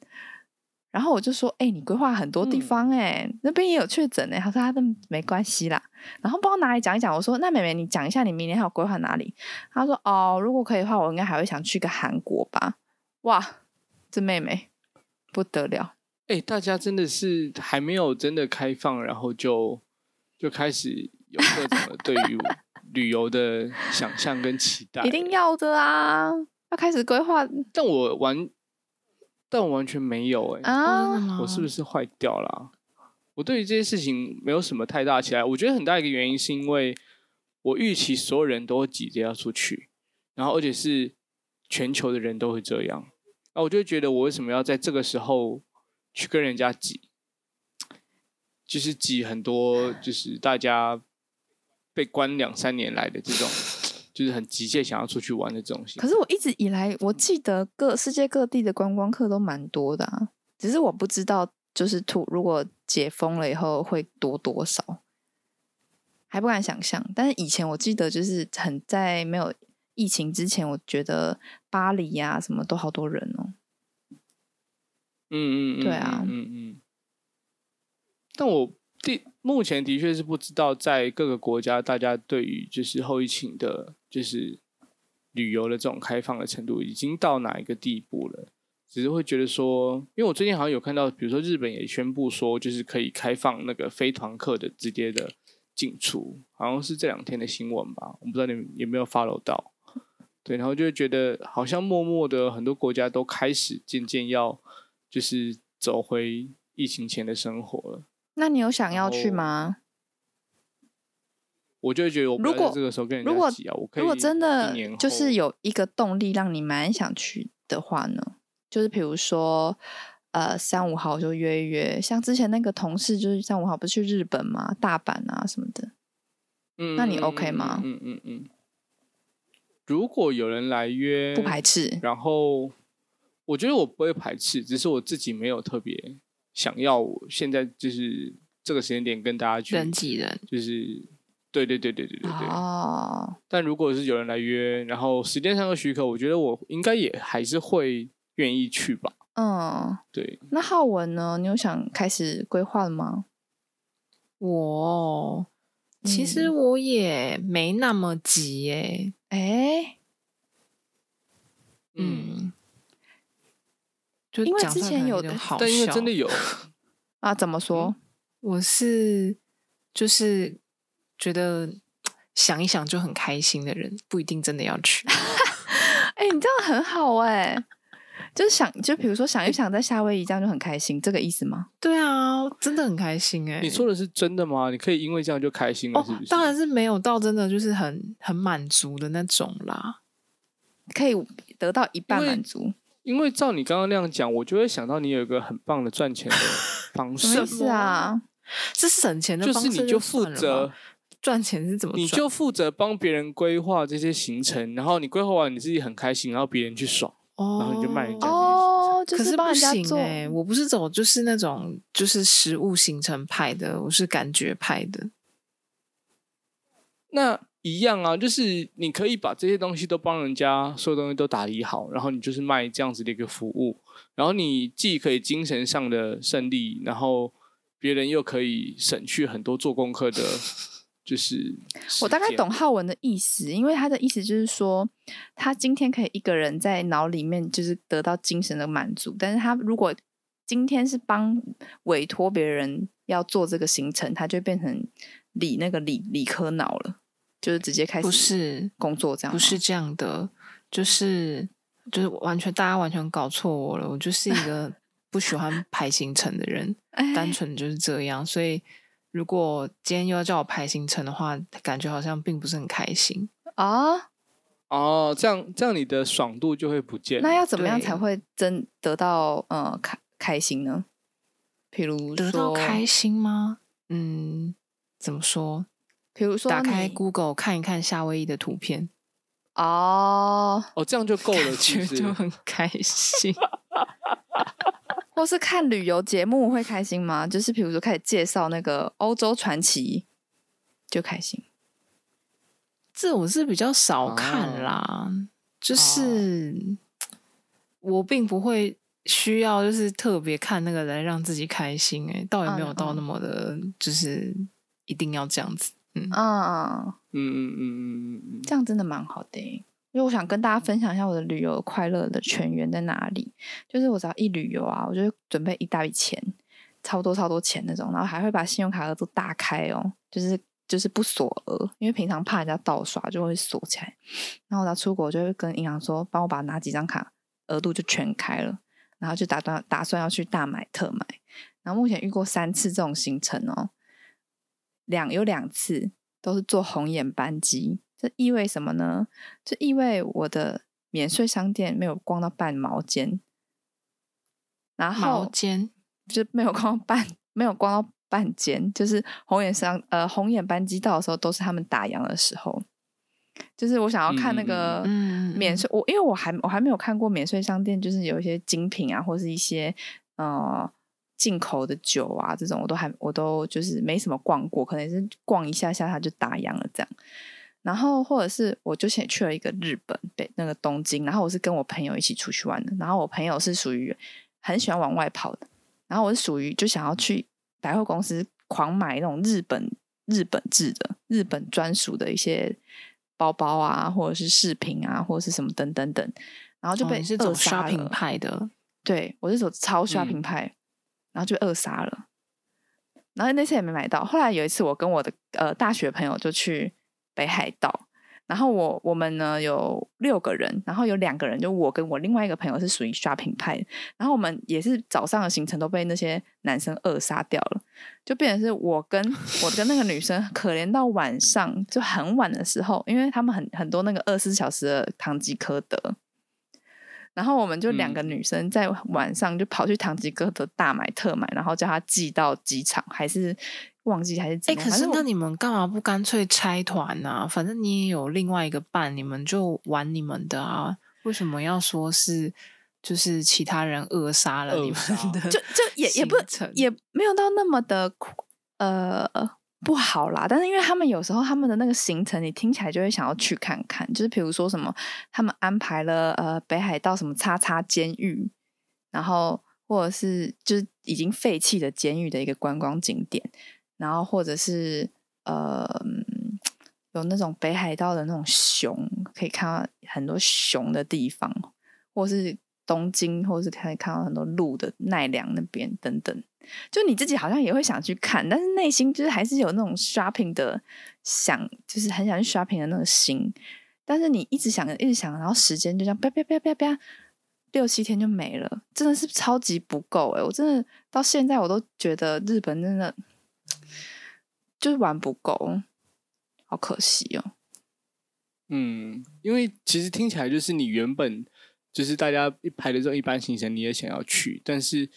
C: 然后我就说：“哎，你规划很多地方哎、那边也有确诊哎。”他说：“他都没关系啦。”然后不知道哪里讲一讲，我说：“那妹妹，你讲一下你明年还有规划哪里？”他说：“哦，如果可以的话，我应该还会想去个韩国吧。”哇，这妹妹不得了。
A: 哎、大家真的是还没有真的开放，然后就就开始有各种的对于旅游的想象跟期待。
C: 一定要的啊！要开始规划
A: 但我完，但我完全没有哎、
B: 哦真
C: 啊！
B: 的吗
A: 我是不是坏掉了啊、我对于这些事情没有什么太大期待。我觉得很大一个原因是因为我预期所有人都会急着要出去，然后而且是全球的人都会这样，那我就会觉得我为什么要在这个时候去跟人家挤？就是挤很多，就是大家被关两三年来的这种，就是很急切想要出去玩的这种心
C: 可。是我一直以来，我记得各世界各地的观光客都蛮多的啊，只是我不知道，就是突如果解封了以后会多多少，还不敢想象。但是以前我记得，就是很在没有疫情之前，我觉得巴黎呀、什么都好多人哦。
A: 嗯嗯，嗯
C: 对啊
A: 嗯嗯嗯。但我的目前的确是不知道，在各个国家，大家对于就是后疫情的，就是旅游的这种开放的程度，已经到哪一个地步了。只是会觉得说，因为我最近好像有看到，比如说日本也宣布说，就是可以开放那个非团客的直接的进出，好像是这两天的新闻吧，我不知道你们有没有 follow 到。 对，然后就会觉得好像默默的很多国家都开始渐渐要就是走回疫情前的生活了。
C: 那你有想要去
A: 哦
C: 吗？
A: 我就会觉得我不要
C: 如果
A: 在这个时候跟人
C: 如果
A: 家挤啊，我可以
C: 如果真的
A: 一年后
C: 就是有一个动力让你蛮想去的话呢，就是比如说，呃，三五好就约一约，像之前那个同事就是三五好不是去日本嘛，大阪啊什么的，
A: 嗯，
C: 那你
A: 嗯
C: OK 吗
A: 嗯嗯嗯嗯嗯如果有人来约，
C: 不排斥。
A: 然后我觉得我不会排斥，只是我自己没有特别想要现在就是这个时间点跟大家去，
B: 人挤人，
A: 就是对对对对对对对。
C: 哦，
A: 但如果是有人来约，然后时间上的许可，我觉得我应该也还是会愿意去吧。
C: 嗯，
A: 对，
C: 那浩文呢？你有想开始规划了吗？
B: 我哦其实
C: 嗯
B: 我也没那么急耶、
C: 哎，
A: 嗯，
B: 嗯，就
C: 因为
B: 讲
C: 之
B: 出来
C: 前
B: 可能
C: 有
B: 有点
C: 的
B: 好
A: 但因为
B: 笑
A: 真的有，
C: 啊，怎么说？
B: 我是就是觉得想一想就很开心的人，不一定真的要去。
A: 嗯
C: 哎、你这样很好哎、就是想，就比如说想一想在夏威夷这样就很开心，这个意思吗？
B: 对啊，真的很开心哎、
A: 你说的是真的吗？你可以因为这样就开心了，
B: 哦
A: 是不是？，
B: 当然是没有到真的就是很很满足的那种啦。
C: 可以得到一半
A: 因为
C: 满足，
A: 因为照你刚刚那样讲，我就会想到你有一个很棒的赚钱的方
C: 什么
A: 式
C: 意，思啊？
B: 这是省钱的
A: 就
B: 方
A: 是
B: 式
A: 你
B: 就
A: 负
B: 算了
A: 责
B: 吧，赚钱是怎么赚？
A: 你就负责帮别人规划这些行程，然后你规划完你自己很开心，然后别人去爽。
B: 哦，
A: 然后你就卖人家
C: 哦，就
B: 可是
C: 帮
B: 不
C: 人家
B: 行
C: 做，
B: 哎、我不是走就是那种就是食物行程派的，我是感觉派的。
A: 那一样啊，就是你可以把这些东西都帮人家，所有东西都打理好，然后你就是卖这样子的一个服务，然后你既可以精神上的胜利，然后别人又可以省去很多做功 课的，就是
C: 我大概
A: 时间
C: 懂浩文的意思，因为他的意思就是说，他今天可以一个人在脑里面就是得到精神的满足，但是他如果今天是帮委托别人要做这个行程，他就变成理那个理理科脑了，就是直接开始
B: 不是
C: 工作这样
B: 不
C: 吗，
B: 是这样的，就是就是完全大家完全搞错我了，我就是一 个不喜欢排行程的人，
C: 哎
B: 单纯就是这样。所以如果今天又要叫我排行程的话，感觉好像并不是很开心。
C: 啊？
A: 哦，这样这样你的爽度就会不见了。
C: 那要怎么样
B: 对
C: 才会真得到呃开开心呢？比如
B: 得到
C: 说，
B: 开心吗？嗯，怎么说？
C: 比如说
B: 打开
C: 你
B: Google 看一看夏威夷的图片，
C: 哦，
A: 哦，这样就够了，
B: 感
A: 其
B: 觉
A: 实
B: 就很开心。
C: 或是看旅游节目会开心吗？就是比如说开始介绍那个欧洲传奇，就开心。
B: 这我是比较少看啦，
C: 哦
B: 就是、我并不会需要就是特别看那个来让自己开心、欸，倒也没有
C: 嗯
B: 到
C: 嗯
B: 那么的，就是一定要这样子。
C: 嗯，
A: 嗯嗯嗯嗯嗯嗯，
C: 这样真的蛮好的耶。因为我想跟大家分享一下我的旅游快乐的泉源在哪里。就是我只要一旅游啊，我就会准备一大笔钱，超多超多钱那种，然后还会把信用卡额度打开哦，就是就是不锁额，因为平常怕人家盗刷就会锁起来。然后我到出国就会跟银行说，帮我把哪几张卡额度就全开了，然后就打算打算要去大买特买。然后目前遇过三次这种行程哦，两有两次都是坐红眼班机，这意味什么呢？这意味我的免税商店没有逛到半毛间，然
B: 毛
C: 后
B: 尖
C: 就没有逛到半，没有逛到半间，就是红眼商呃红眼班机到的时候都是他们打烊的时候，就是我想要看那
A: 嗯嗯嗯
C: 个
B: 嗯嗯
C: 免
B: 嗯
C: 税，我因为我还我还没有看过免税商店，就是有一些精品啊，或是一些呃进口的酒啊这种，我都还我都就是没什么逛过，可能是逛一下下它就打烊了这样。然后或者是我就先去了一个日本北那个东京，然后我是跟我朋友一起出去玩的，然后我朋友是属于很喜欢往外跑的，然后我是属于就想要去百货公司狂买那种日本日本制的、日本专属的一些包包啊，或者是饰品啊，或者是什么等等等，然后就
B: 哦
C: 被
B: 你是
C: 扼
B: 走
C: 杀
B: 刷
C: 了
B: 品派的，
C: 对我是走超刷品
A: 嗯
C: 牌，然后就被扼杀了。然后那次也没买到。后来有一次，我跟我的呃大学朋友就去北海道，然后我我们呢有六个人，然后有两个人就我跟我另外一个朋友是属于刷品牌，然后我们也是早上的行程都被那些男生扼杀掉了，就变成是我 跟我跟那个女生可怜到晚上就很晚的时候，因为他们很很多那个二十四小时的唐吉诃德。然后我们就两个
B: 嗯
C: 女生在晚上就跑去唐吉诃德大买特买，然后叫他寄到机场，还是忘记还是怎
B: 哎、
C: 么？
B: 可
C: 反
B: 是
C: 正我
B: 那你们干嘛不干脆拆团呢、反正你也有另外一个伴，你们就玩你们的啊，为什么要说是就是其他人扼杀了你
A: 扼杀
B: 们的？
C: 就就也也不
B: 行程
C: 也没有到那么的苦呃不好啦，但是因为他们有时候他们的那个行程，你听起来就会想要去看看，就是比如说什么，他们安排了呃北海道什么叉叉监狱，然后或者是就是已经废弃的监狱的一个观光景点，然后或者是呃嗯有那种北海道的那种熊，可以看到很多熊的地方，或是东京，或者是可以看到很多鹿的奈良那边等等。就你自己好像也会想去看，但是内心就是还是有那种 shopping 的想，就是很想去 shopping 的那个心。但是你一直想，一直想，然后时间就这样啪啪啪啪啪，六七天就没了，真的是超级不够欸诶、我真的到现在我都觉得日本真的就是玩不够，好可惜哦。
A: 嗯，因为其实听起来就是你原本就是大家一排的这种一般行程，你也想要去，但是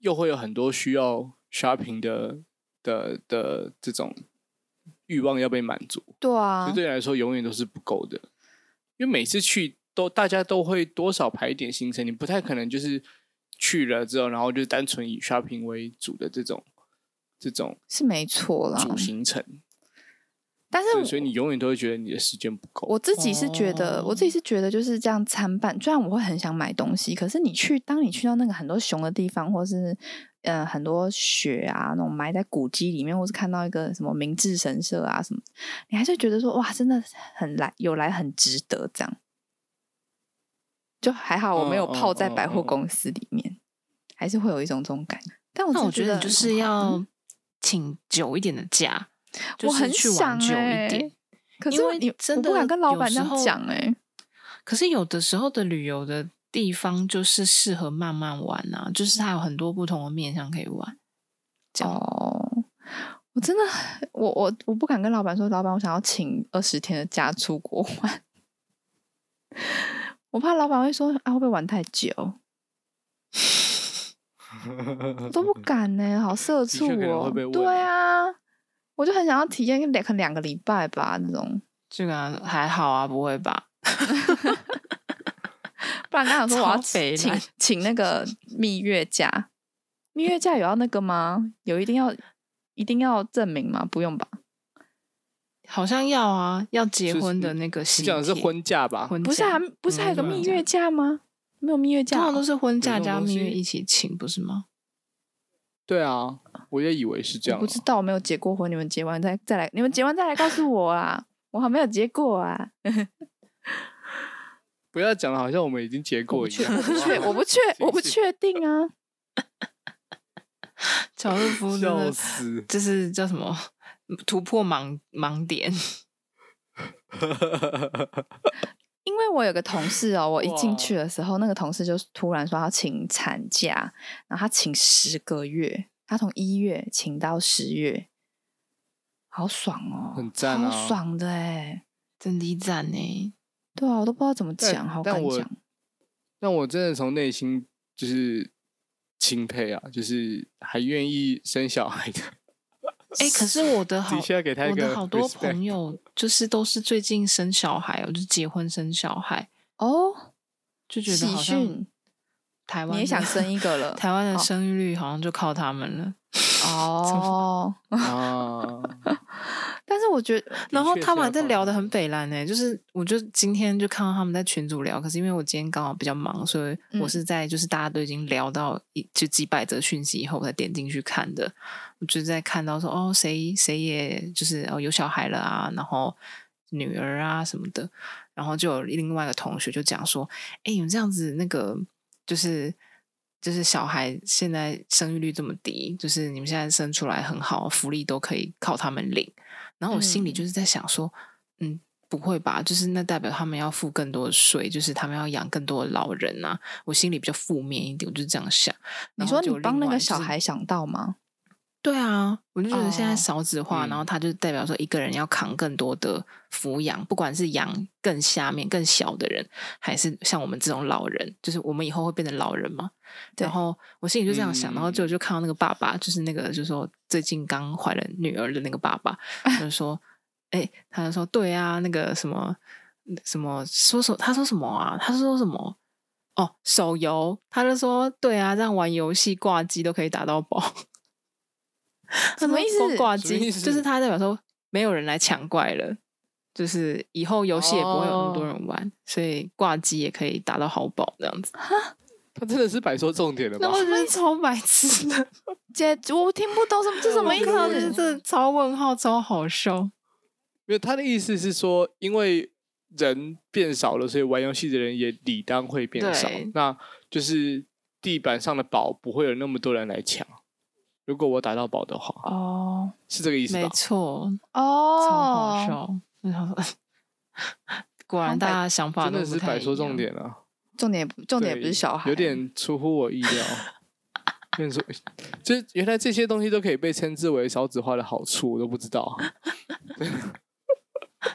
A: 又会有很多需要 shopping 的的的这种欲望要被满足，
C: 对
A: 所
C: 啊
A: 以，对你来说永远都是不够的。因为每次去都大家都会多少排一点行程，你不太可能就是去了之后，然后就单纯以 shopping 为主的这种这种
C: 是没错啦。
A: 主行程，
C: 但是
A: 对所以你永远都会觉得你的时间不够。
C: 我自己是觉得，我
B: 哦
C: 自己是觉得就是这样参半。虽然我会很想买东西，可是你去，当你去到那个很多熊的地方，或是呃很多雪啊那种埋在古迹里面，或是看到一个什么明治神社啊什么，你还是觉得说哇，真的很来有来很值得这样。就还好我没有
A: 嗯嗯
C: 泡在
A: 嗯
C: 百货
A: 嗯
C: 公司里面，还是会有一种这种感觉。但我
B: 那
C: 真
B: 我
C: 的
B: 觉得你就
C: 很
B: 是
C: 好啊
B: 要请久一点的假，就
C: 我
B: 是
C: 很
B: 去
C: 想
B: 玩久
C: 欸
B: 一点。
C: 可
B: 因
C: 是
B: 为
C: 你
B: 真
C: 我
B: 的
C: 不敢跟老
B: 有
C: 板这
B: 时
C: 样
B: 候
C: 讲哎、
B: 可是有的时候的旅游的地方就是适合慢慢玩啊，就是它有很多不同的面向可以玩。这样
C: 哦，我真的，我我我不敢跟老板说，老板，我想要请二十天的假出国玩，我怕老板会说啊，会不会玩太久？我都
A: 嗯
C: 不敢呢、好社畜
A: 可能
C: 哦、
A: 会被问
C: 对啊，我就很想要体验两可能两个礼拜吧，那种，
B: 这个、啊、还好啊，不会吧？
C: 不然刚想说我要
B: 超北
C: 请
B: 蓝
C: 请那个蜜月假，蜜月假有要那个吗？有一定要一定要证明吗？不用吧？
B: 好像要啊，要结
A: 就是
B: 婚的那个喜
A: 你讲的是
B: 帖
A: 婚假吧？
B: 婚
C: 不是啊
B: 假，
C: 不是还有个
B: 嗯
C: 蜜月假吗？没有蜜月假
B: 通
C: 哦、
B: 常都是婚
A: 有
B: 假
A: 这种
B: 加
A: 东
B: 蜜
A: 西
B: 月一起请，不是吗？
A: 对啊，我也以为是这
C: 我
A: 样啊、
C: 不知道，我没有结过婚，你们结完再再来，你们结完再来告诉我啊，我还没有结过 啊，
A: 不要讲的好像我们已经结
C: 我
A: 过
C: 不
A: 一
C: 确
A: 样。
C: 我不确 我不确
A: 行
C: 我不
A: 行
C: 确定啊，
B: 乔乐夫 真
A: 笑
B: 的！
A: 死
B: 就是叫什么 突破盲盲点，
C: 因为我有个同事哦，我一进
A: 哇
C: 去的时候，那个同事就突然说要请产假，然后他请十个月，他从一月请到十月，好爽哦，
A: 很赞啊
C: 好爽的哎，
B: 真的赞欸 呢！
C: 对啊，我都不知道怎么
A: 但
C: 讲，好
A: 但
C: 敢
A: 我
C: 讲。
A: 但我真的从内心就是钦佩啊，就是还愿意生小孩的。
B: 哎，可是我的 好
A: 的，确要给他一
B: 我
A: 个
B: 的好多
A: respect
B: 朋友就是都是最近生小孩哦，就结婚生小孩，
C: 哦，
B: 就觉得
C: 喜
B: 好像
C: 讯，
B: 台湾
C: 你也
B: 的
C: 想生一 个了？
B: 台湾的
C: 哦
B: 生育率好像就靠他们了，
C: 哦，
A: 啊，
C: 但是我觉得
B: 然后
A: 确
B: 他
A: 是
B: 们还
A: 要
B: 在
A: 靠
B: 聊
A: 他
B: 的很
A: 们
B: 北蓝呢、就是我就今天就看到他们在群组聊，可是因为我今天刚好比较忙，所以我
C: 嗯
B: 是在就是大家都已经聊到一就几百则讯息以后，我才点进去看的。我就在看到说哦，谁谁也就是哦有小孩了啊，然后女儿啊什么的，然后就有另外一个同学就讲说，哎，你们这样子那个就是。就是小孩现在生育率这么低，就是你们现在生出来很好，福利都可以靠他们领。然后我心里
C: 嗯
B: 就是在想说，嗯，不会吧？就是那代表他们要付更多的税，就是他们要养更多的老人啊。我心里比较负面一点，我就这样想。
C: 你
B: 然
C: 说
B: 后
C: 你
B: 就有
C: 帮
B: 另
C: 那
B: 外
C: 个
B: 就
C: 小
B: 是
C: 孩想到吗？
B: 对啊，我就觉得现在
C: 哦
B: 少子化，
A: 嗯
B: 然后它就代表说一个人要扛更多的抚养，不管是养更下面更小的人，还是像我们这种老人，就是我们以后会变成老人嘛。
C: 对
B: 然后我心里就这样想，
A: 嗯
B: 然后就就看到那个爸爸，就是那个就说最近刚怀了女儿的那个爸爸，他就说，哎、他就说对啊，那个什么什么说什他说什么啊？他说什么？哦，手游，他就说对啊，这样玩游戏挂机都可以打到宝。
C: 什么
B: 他说
C: 意思
B: 光挂
A: 什么
B: 机
A: 意思
B: 就是他代表说没有人来抢怪了，就是以后游戏也不会有那么多人玩，所以挂机也可以打到好宝这样子。
A: 他真的是摆说重点了吧
B: 那？ 我觉得超白痴的，
C: 姐，我听不懂什么，这什么意
B: 我看到就是
C: 思？
B: 这超问号，超好笑。
A: 因为他的意思是说，因为人变少了，所以玩游戏的人也理当会变少
B: 对。
A: 那就是地板上的宝不会有那么多人来抢。如果我打到宝的话，
C: 哦
A: 是这个意思
B: 没
A: 吧？
B: 错，超好
C: 哦，
B: 笑。 然后果然
C: 好百
B: 大家想法
A: 真
B: 都
A: 的
B: 不
A: 是
B: 太
A: 摆
B: 一
A: 说重
B: 样，
A: 点啊，
C: 重点也不重点也
A: 对
C: 不是小孩，
A: 有点出乎我意料。跟你说，这原来这些东西都可以被称之为少子化的好处，我都不知道，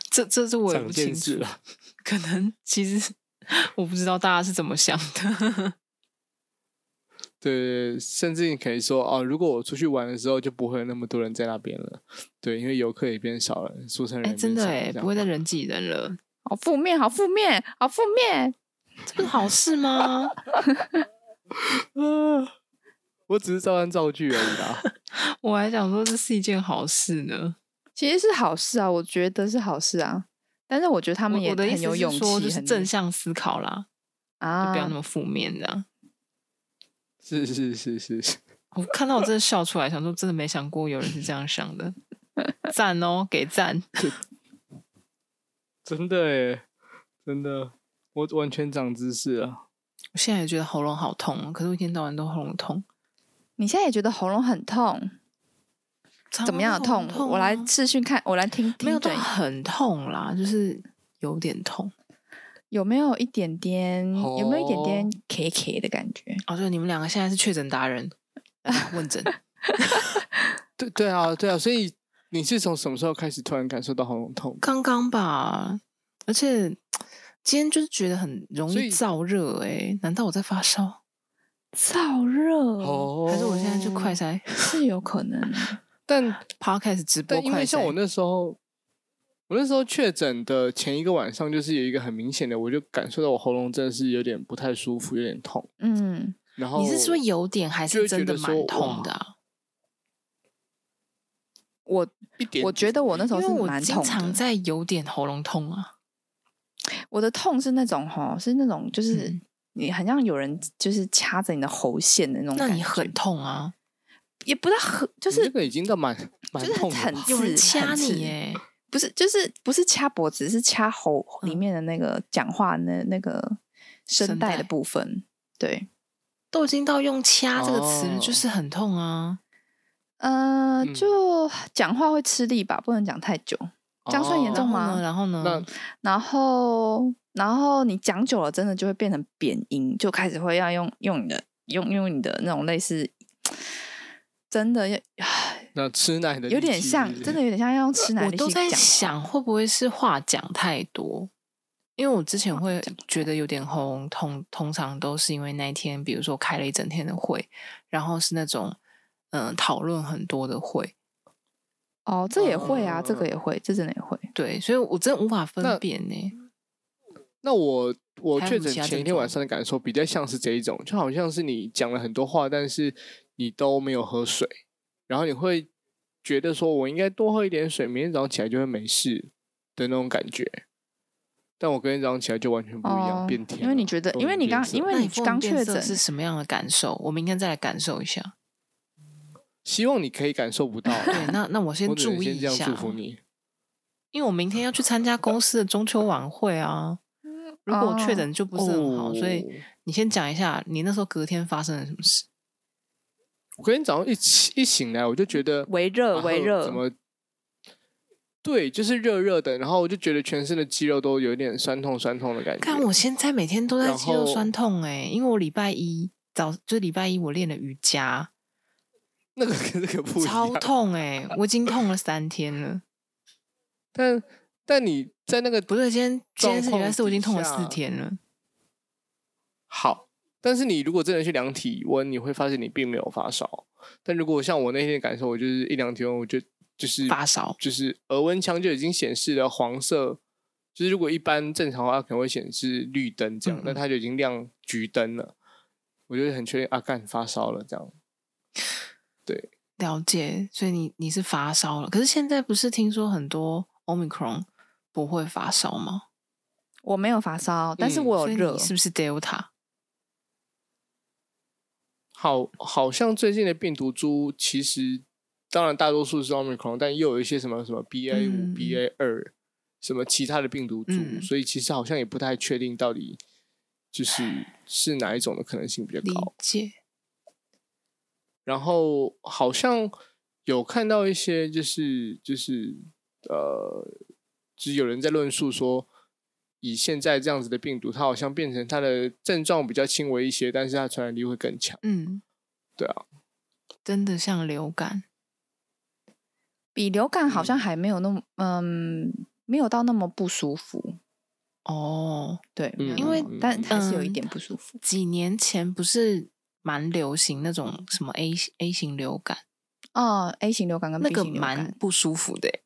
B: 这这是我也
A: 长
B: 不
A: 见
B: 清
A: 识
B: 楚，
A: 了。
B: 可能其实 我不知道大家是怎么想的。
A: 对，甚至你可以说哦，如果我出去玩的时候，就不会有那么多人在那边了。对，因为游客也变少了，宿舍人
B: 哎、
A: 也
B: 真
A: 变
B: 的
A: 少了
B: 哎，
A: 这样
B: 不会再人挤人了，
C: 好负面，好负面，好负面。
B: 这不是
C: 哎
B: 好事吗？
A: 啊， 我只是照搬造句而已啦。
B: 我还想说这是一件好事呢。
C: 其实是好事啊，我觉得是好事啊。但是我觉得他
B: 我
C: 们也
B: 我的意
C: 很有
B: 思
C: 勇
B: 是
C: 气，
B: 说，就是
C: 很
B: 正向思考啦，就
C: 啊，
B: 不要那么负面的。
A: 是是是是是，
B: 我看到我真的笑出来，想说真的没想过有人是这样想 的，赞哦，给赞。
A: 真的哎，真的，我完全长知识了。
B: 我现在也觉得喉咙好痛哦，可是我一天到晚都喉咙痛，
C: 你现在也觉得喉咙很痛，怎么样的
B: 常常
C: 痛？
B: 都喉咙
C: 我来
B: 啊
C: 视讯看，我来听
B: 没有
C: 听
B: 到
C: 诊，
B: 很痛啦，就是有点痛。
C: 有没有一点点，有没有一点点
A: 哦
C: K K 的感觉？
B: 哦，对，你们两个现在是确诊达 人，哦问诊。
A: 对对啊对啊，所以你是从什么时候开始突然感受到喉咙痛的？
B: 刚刚吧，而且今天就是觉得很容
A: 所
B: 易
A: 以
B: 燥热哎、难道我在发烧？
C: 燥热
A: 哦
B: 还是我现在就快筛
C: 是有可能的，
A: 但
B: podcast 直播
A: 但因
B: 快
A: 为像我
B: 筛？
A: 那时候，我那时候确诊的前一个晚上，就是有一个很明显的，我就感受到我喉咙真的是有点不太舒服，有点痛。
C: 嗯，
A: 然后
B: 你是说有点还
A: 就会
B: 是真
A: 觉
B: 的
A: 得
B: 蛮
A: 说
B: 痛
A: 哇
B: 的、啊？
C: 我
A: 一点？
C: 我觉得我那时
B: 因
C: 候
B: 为
C: 是
B: 我
C: 蛮
B: 经
C: 痛
B: 常
C: 的，
B: 在有点喉咙痛啊。
C: 我的痛是那种吼，是那种就是。
B: 嗯
C: 你很像有人就是掐着你的喉线的那种
B: 那
C: 感觉，
B: 你很嗯痛啊，
C: 也不到很，就
A: 就是这个已经到蛮蛮
C: 就是
A: 痛的
C: 很
A: 吧
C: 刺
B: 有人掐
C: 很刺
B: 你哎、
C: 不是，就是不是掐脖子，是掐喉里面的那个讲话那那个声
B: 嗯声
C: 带
B: 带
C: 的部分。对，
B: 都已经到用“掐”这个词了，
A: 哦
B: 就是很痛啊。
C: 呃，
A: 嗯
C: 就讲话会吃力吧，不能讲太久。这样算严
B: 然
C: 重
A: 哦
B: 后
C: 吗
B: 呢，然后呢
A: 那？
C: 然后，然后你讲久了，真的就会变成扁音，就开始会要用用你的用用你的那种类似，真的要
A: 那吃奶的
C: 有点
A: 力气
C: 像
A: 是，不是
C: 真的有点像要用吃奶
B: 我
C: 力
B: 都
C: 气
B: 在
C: 讲话。
B: 想，会不会是话讲太多？因为我之前会
C: 讲
B: 觉得有点喉咙痛，通常都是因为那一天，比如说开了一整天的会，然后是那种嗯、呃讨论很多的会，
C: 哦，这也会啊，
A: 嗯
C: 这个也会，这真的也会。
B: 对，所以我真的无法分
A: 那
B: 辨呢、
A: 那我我
B: 还有
A: 确
B: 什
A: 诊
B: 么其他
A: 前一
B: 症
A: 天晚
B: 状
A: 上的感受比较像是这一种，就好像是你讲了很多话，但是你都没有喝水，然后你会觉得说我应该多喝一点水，明天早上起来就会没事的那种感觉。但我隔天早上起来就完全不一样，
C: 哦
A: 变天了。
C: 因为你觉得
A: 都
C: 因为
A: 很
C: 你
A: 变
C: 刚
A: 色
C: 因为
B: 那
C: 你
B: 你
C: 刚确诊
B: 是什么样的感受？我明天再来感受一下。
A: 希望你可以感受不到啦，
B: 对，那那我先
A: 我只能
B: 注意
A: 先这
B: 一
A: 样
B: 下
A: 祝，福你。
B: 因为我明天要去参加公司的中秋晚会啊。
C: 嗯
B: 如果
C: 哦
B: 我确诊就不是很好，所以
A: 哦
B: 你先讲一下你那时候隔天发生了什么事。
A: 我隔天早上一起一醒来，我就觉得
C: 微热
A: 然
C: 微
A: 后
C: 热，
A: 怎么？对，就是热热的，然后我就觉得全身的肌肉都有一点酸痛酸痛的感觉。
B: 看我现在每天都在
A: 然
B: 肌
A: 后
B: 肉酸痛哎、因为我礼拜一早就礼拜一我练了瑜伽，
A: 那个跟这个不一样
B: 超。痛哎、我已经痛了三天了。
A: 但但你在那个
B: 不对，今天今天是
A: 状况
B: 礼拜四，我已经痛了
A: 底下
B: 四天了。
A: 好，但是你如果真的去量体温，你会发现你并没有发烧。但如果像我那天的感受，我就是一量体温，我就就是
B: 发烧
A: 就是额温枪就已经显示了黄色。就是如果一般正常的话，可能会显示绿灯这样
B: 嗯，嗯
A: 那、它就已经亮橘灯了。我就很确定啊，干发烧了这样。
B: 了解，所以你你是发烧了，可是现在不是听说很多 omicron 不会发烧吗？
C: 我没有发烧，但是
A: 嗯
C: 我
B: 所以
C: 有
B: 你
C: 热，
B: 是不是 delta？
A: 好，好像最近的病毒株其实，当然大多数是 omicron，但又有一些什么什么 BA 五、
B: 嗯
A: BA 二什么其他的病毒株，
B: 嗯
A: 所以其实好像也不太确定到底 就是是哪一种的可能性比较
B: 理
A: 高。
B: 解，
A: 然后好像有看到一些就是就是呃，就是有人在论述说，以现在这样子的病毒，它好像变成它的症状比较轻微一些，但是它传染力会更强。
B: 嗯，
A: 对啊，
B: 真的像流感，
C: 比流感好像还没有那么，嗯，没有到那么不舒服。
B: 哦，
C: 对，没有
A: 嗯
C: 那
B: 因为
C: 么但还是有一
B: 嗯
C: 点不舒服。
B: 几年前不是蛮流行那种什么 A A 型流感，
C: 哦，A 型流感跟
B: 那
C: B
B: 个
C: 型流
B: 蛮
C: 感，
B: 不舒服的欸。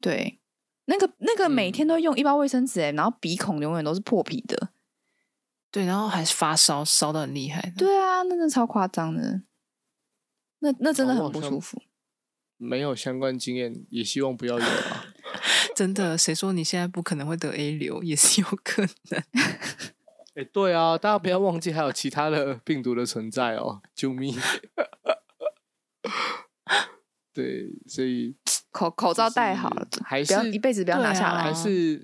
C: 对，那个那个每
A: 嗯
C: 天都用一包卫生纸，哎，然后鼻孔永远都是破皮的。
B: 对，然后还是发烧，烧的很厉害。，
C: 对啊，那真的超夸张的，那那真的
A: 哦我
C: 很
A: 好
C: 不
A: 像
C: 舒服。
A: 没有相关经验，也希望不要有 啊。
B: 真的，谁说你现在不可能会得 A 流，也是有可能。
A: 哎、对啊，大家不要忘记还有其他的 病毒的存在哦，救命！ 对，所以
C: 口口罩戴好了，
A: 就是还
C: 不要
A: 是
C: 一辈子不要拿
B: 对
C: 下
B: 啊
A: 还。
C: 来
A: 是，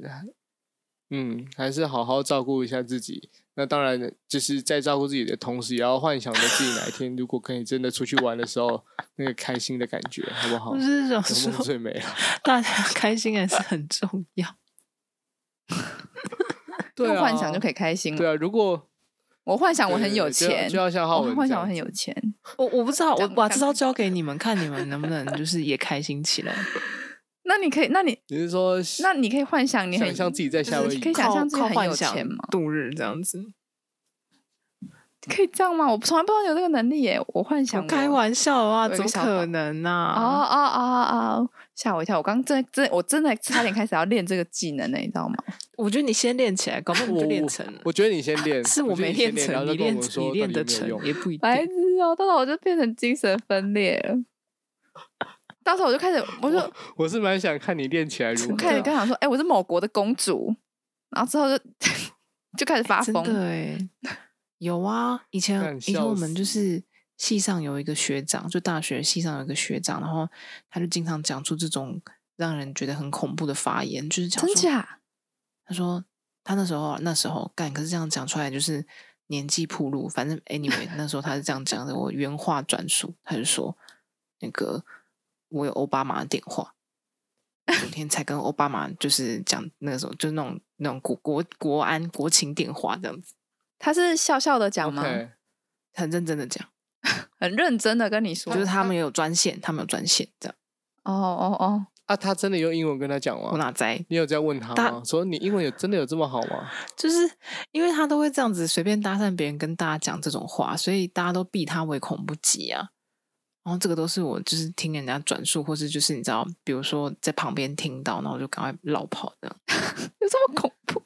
A: 嗯，还是好好照顾一下自己。那当然，就是在照顾自己的同时，也要幻想着自己哪一天如果可以真的出去玩的时候，那个开心的感觉，好不好？
C: 嗯
B: 我
A: 有
B: 是想
A: 梦
B: 说，
A: 最美啊！
B: 大家 开心还是很重要。
A: 对
C: 用
A: 啊，
C: 幻想就可以开心
A: 对
C: 了。
A: 啊，如果
C: 我幻想我
A: 对
C: 很有
A: 就要
C: 钱
A: 就，要像浩
C: 我
A: 文
C: 幻
A: 这
C: 想我
A: 样
C: 很
A: 子
C: 有钱。
B: 我我不知道，我
C: 讲
B: 把
C: 讲
B: 这招交给你们，看你们能不能就是也开心起 来，
C: 那你可以，那你
A: 你是说，
C: 那你可以幻想你
A: 想
C: 很
A: 象自己在夏
C: 就是
A: 威夷
C: 可以想
B: 靠
C: 象自己
B: 靠
C: 很
B: 幻
C: 有
B: 想
C: 钱吗？
B: 度日这样子。
C: 可以这样吗？我从来不知道你有这个能力耶！我幻
B: 我
C: 想我
B: 开玩笑啊，
C: 我有
B: 怎
C: 个
B: 么
C: 小
B: 可
C: 宝
B: 能啊呢、
C: 哦
A: 啊
C: 哦哦哦！吓我一跳！我刚真的真的我真的差点开始要练这个技能了，你知道吗？
B: 我觉得你先练起来，搞不好你
A: 我
B: 就练
A: 我
B: 成了。
A: 我觉得你先练，
B: 是
A: 我
B: 我
A: 觉得
B: 没
A: 你先
B: 练成，
A: 然后再
B: 你
A: 跟我
B: 练
A: 们说
B: 你
A: 到
B: 练
A: 底
B: 得
A: 有没有
B: 成
A: 用
B: 也不一
C: 白
B: 定。
C: 痴哦！到时候我就变成精神分裂了。到时候我就开始，我就
A: 我啊是蛮想看你练起来如
C: 我
A: 何
C: 开始跟他讲说：“哎、我是某国的公主。”然后之后就 就开始发
B: 真
C: 疯。
B: 的哎，有啊，以前
A: 干
B: 以前
A: 笑
B: 我们就
A: 死
B: 是系上有一个学长，就大学系上有一个学长，然后他就经常讲出这种让人觉得很恐怖的发言，就是讲
C: 真
B: 说，
C: 假？
B: 他说他那时候啊那时候干，可是这样讲出来就是年纪铺路，反正 anyway 那时候他是这样讲的，我原话转述，他就说那个我有奥巴马的电话，昨天才跟奥巴马就是讲那个时候就是那种那种国国国安国情电话这样子，
C: 他是笑笑的讲吗
A: OK，
B: 很认真的讲，
C: 很认真的跟你说。
B: 就是
A: 啊
B: 他们有专线，他们有专线这样，
C: 哦哦哦，
A: 啊，他真的用英文跟他讲
B: 我
A: 吗？
B: 哪在？
A: 你有在问他
B: 他
A: 吗？说你英文有真的有这么好吗？
B: 就是因为他都会这样子随便搭讪别人，跟大家讲这种话，所以大家都避他唯恐不及啊。然后这个都是我就是听人家转述，或是就是你知道，比如说在旁边听到，然后我就赶快绕跑这样。
C: 有这 么恐怖？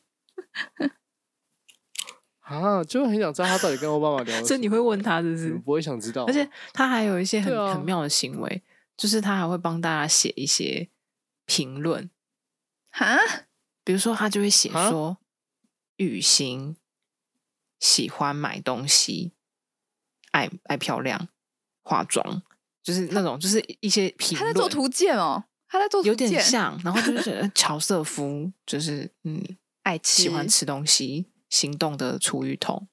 A: 啊，就很想知道他到底跟奥巴马聊了什么。
B: 所以你会问他，是不
A: 你
B: 是
A: 们？不会想知道？
B: 而且他还有一些很、
A: 对啊
B: 很妙的行为，就是他还会帮大家写一些评论，
C: 哈？
B: 比如说他就会写
A: 啊
B: 说，雨欣喜欢买东西，爱爱漂亮，化妆，就是那种就是一些评
C: 他
B: 论，
C: 在做图鉴哦，他在做图
B: 有
C: 鉴，
B: 点像，然后就是觉 得乔瑟夫就是嗯
C: 爱吃，
B: 喜欢吃东西，行动的厨余 桶，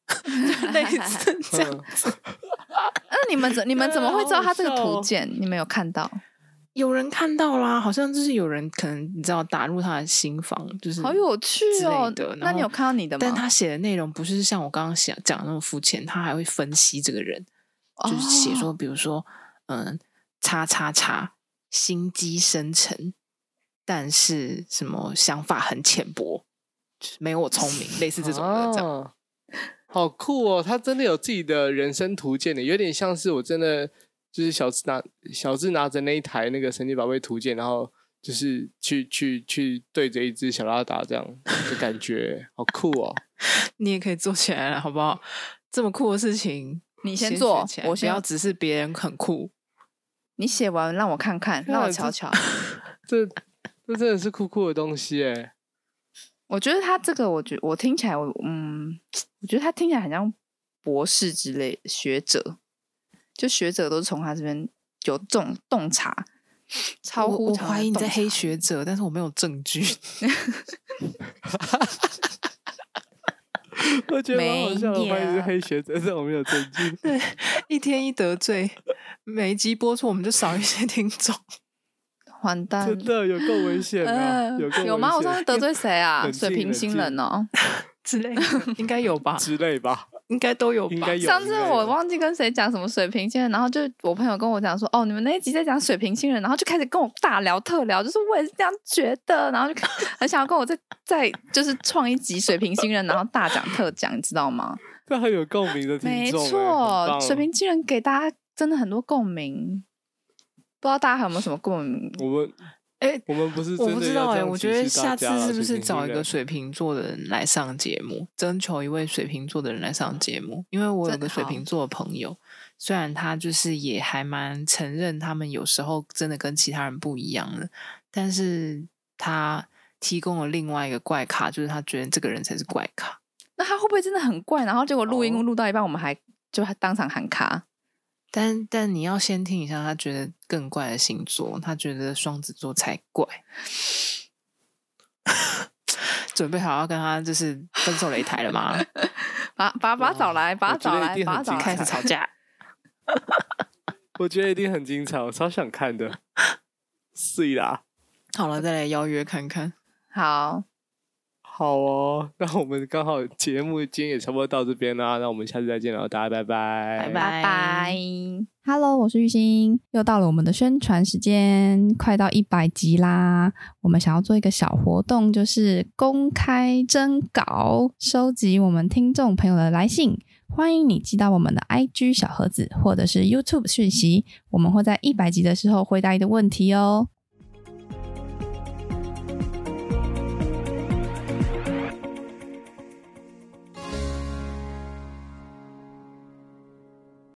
B: 类似 这样
A: 嗯
B: 子。
C: 那你们怎你们怎么 会
B: 啊
C: 知道他这个
A: 好
C: 图
A: 好笑哦
C: 鉴？你们有看到？
B: 有人看到啦，好像就是有人可能你知道打入他的心房，就是
C: 好有趣
B: 之
C: 哦
B: 类的。
C: 那你
B: 然后
C: 有看到你的吗？
B: 但他写的内容不是像我刚刚想讲的那么肤浅，他还会分析这个人，就是
C: 哦
B: 写说，比如说，嗯，叉叉叉心机深沉，但是什么想法很浅薄，就是没有我聪明，类似这种的
C: 哦
B: 这样。
A: 啊 好酷哦！他真的有自己的人生图鉴的，有点像是我真的就是小智拿小智拿着那一台那个神奇宝贝图鉴，然后就是去去去对着一只小拉达这样的感觉，好酷哦！
B: 你也可以做起来了，好不好？这么酷的事情，
C: 你先
B: 学
C: 做
B: 起来
C: 我
B: 不
C: 先
B: 要只是别人很酷。
C: 你写完让我看看，
A: 天啊
C: 让我
A: 这
C: 瞧瞧。
A: 这这真的是酷酷的东西哎！
C: 我觉得他这个，我觉我听起来，我嗯，我觉得他听起来很像博士之类的学者，就学者都是从他这边有这种洞察，超
B: 我
C: 乎
B: 我
C: 常
B: 怀
C: 人
B: 疑你
C: 洞
B: 在黑
C: 察
B: 学者，但是我没有证据。
A: 我觉得蛮好笑的，我
C: 没
A: 发现是
C: 有
A: 黑学者，但我没有证据。
B: 一天一得罪，每一集播出我们就少一些听众。
C: 完 蛋
A: 真的有够危险啊！
C: 呃
A: 有够
C: 有吗？我
A: 危险
C: 上次得罪谁啊
A: 冷？静
C: 水瓶星人哦。
B: 之类的，应该有吧？
A: 之类吧？
B: 应该都有吧？
A: 应 该有
C: 上次我忘记跟谁讲什么水瓶星人，然后就我朋友跟我讲说，哦，你们那一集在讲水瓶星人，然后就开始跟我大聊特聊，就是我也是这样觉得，然后就很想要跟我再再就是创一集水瓶星人，然后大讲特讲，你知道吗？
A: 这很有共鸣的听
C: 没
A: 众欸，很
C: 错，
A: 棒
C: 水瓶星人给大家真的很多共鸣，不知道大家还有没有什么共鸣？
A: 我们
B: 哎
A: 我们不是
B: 我不知道
A: 哎、
B: 哎、我觉得下次
A: 啊
B: 是不是找一个水瓶座的人来上节目，征求一位水瓶座的人来上节目？因为我有
C: 真
B: 个水瓶
C: 好
B: 座的朋友，虽然他就是也还蛮承认他们有时候真的跟其他人不一样的，但是他提供了另外一个怪咖，就是他觉得这个人才是怪咖。
C: 那他会不会真的很怪？然后结果录音
A: 哦
C: 录到一半，我们还就当场喊卡。
B: 但但你要先听一下他觉得更怪的星座，他觉得双子座才怪。 准备好要跟他就是分手擂台了吗？
C: 把把把他找来，把他
A: 我觉得
C: 找
A: 一
C: 来，
A: 定
C: 把
A: 很
C: 他找
A: 精
C: 来，
A: 彩
B: 开始吵架。
A: 我觉得一定很精彩，我超想看的。是啦，
B: 好了，再来邀约看看。
C: 好，
A: 好哦，那我们刚好节目今天也差不多到这边啦，那我们下次再见了，大家拜拜，
B: 拜拜
C: 拜拜。
D: Hello，我是玉兴，又到了我们的宣传时间，快到一百集啦！我们想要做一个小活动，就是公开征稿，收集我们听众朋友的来信。欢迎你寄到我们的 IG 小盒子或者是 YouTube 讯息，我们会在一百集的时候回答你的问题哦。